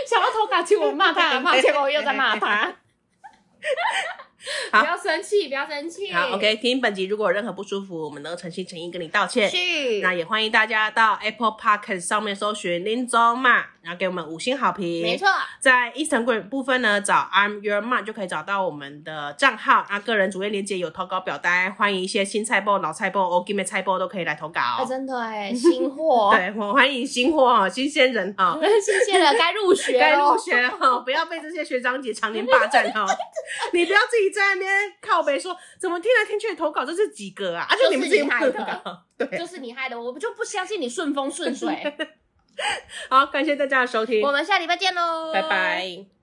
A: 想要偷打去我骂 他，骂结果又在骂他。
B: 好
A: 不要生气，不要生气。
B: 好，OK，听本集如果有任何不舒服，我们都诚心诚意跟你道歉。
A: 是
B: 那也欢迎大家到 Apple Podcast 上面搜寻林中嘛，然后给我们五星好评。
A: 没错，
B: 在 Instagram 部分呢，找 I'm Your Mom 就可以找到我们的账号。那个人主页链接有投稿表单，欢迎一些新菜包、老菜包、o g i m e 菜包都可以来投稿。
A: 啊，真的哎，新货，
B: 对，我欢迎新货哦，新鲜人哦，
A: 新鲜的该入学
B: 该入
A: 喽。
B: 学了哦， 不要被这些学长姐常年霸占 哦。你不要自己在那边靠背说，怎么听来听去的投稿这是几个啊？而且你们自己不投
A: 就是你害
B: 稿， 对。
A: 就是你害的，我就不相信你顺风顺水。
B: 好，感谢大家的收听
A: 我，们下礼拜见喽，
B: 拜拜。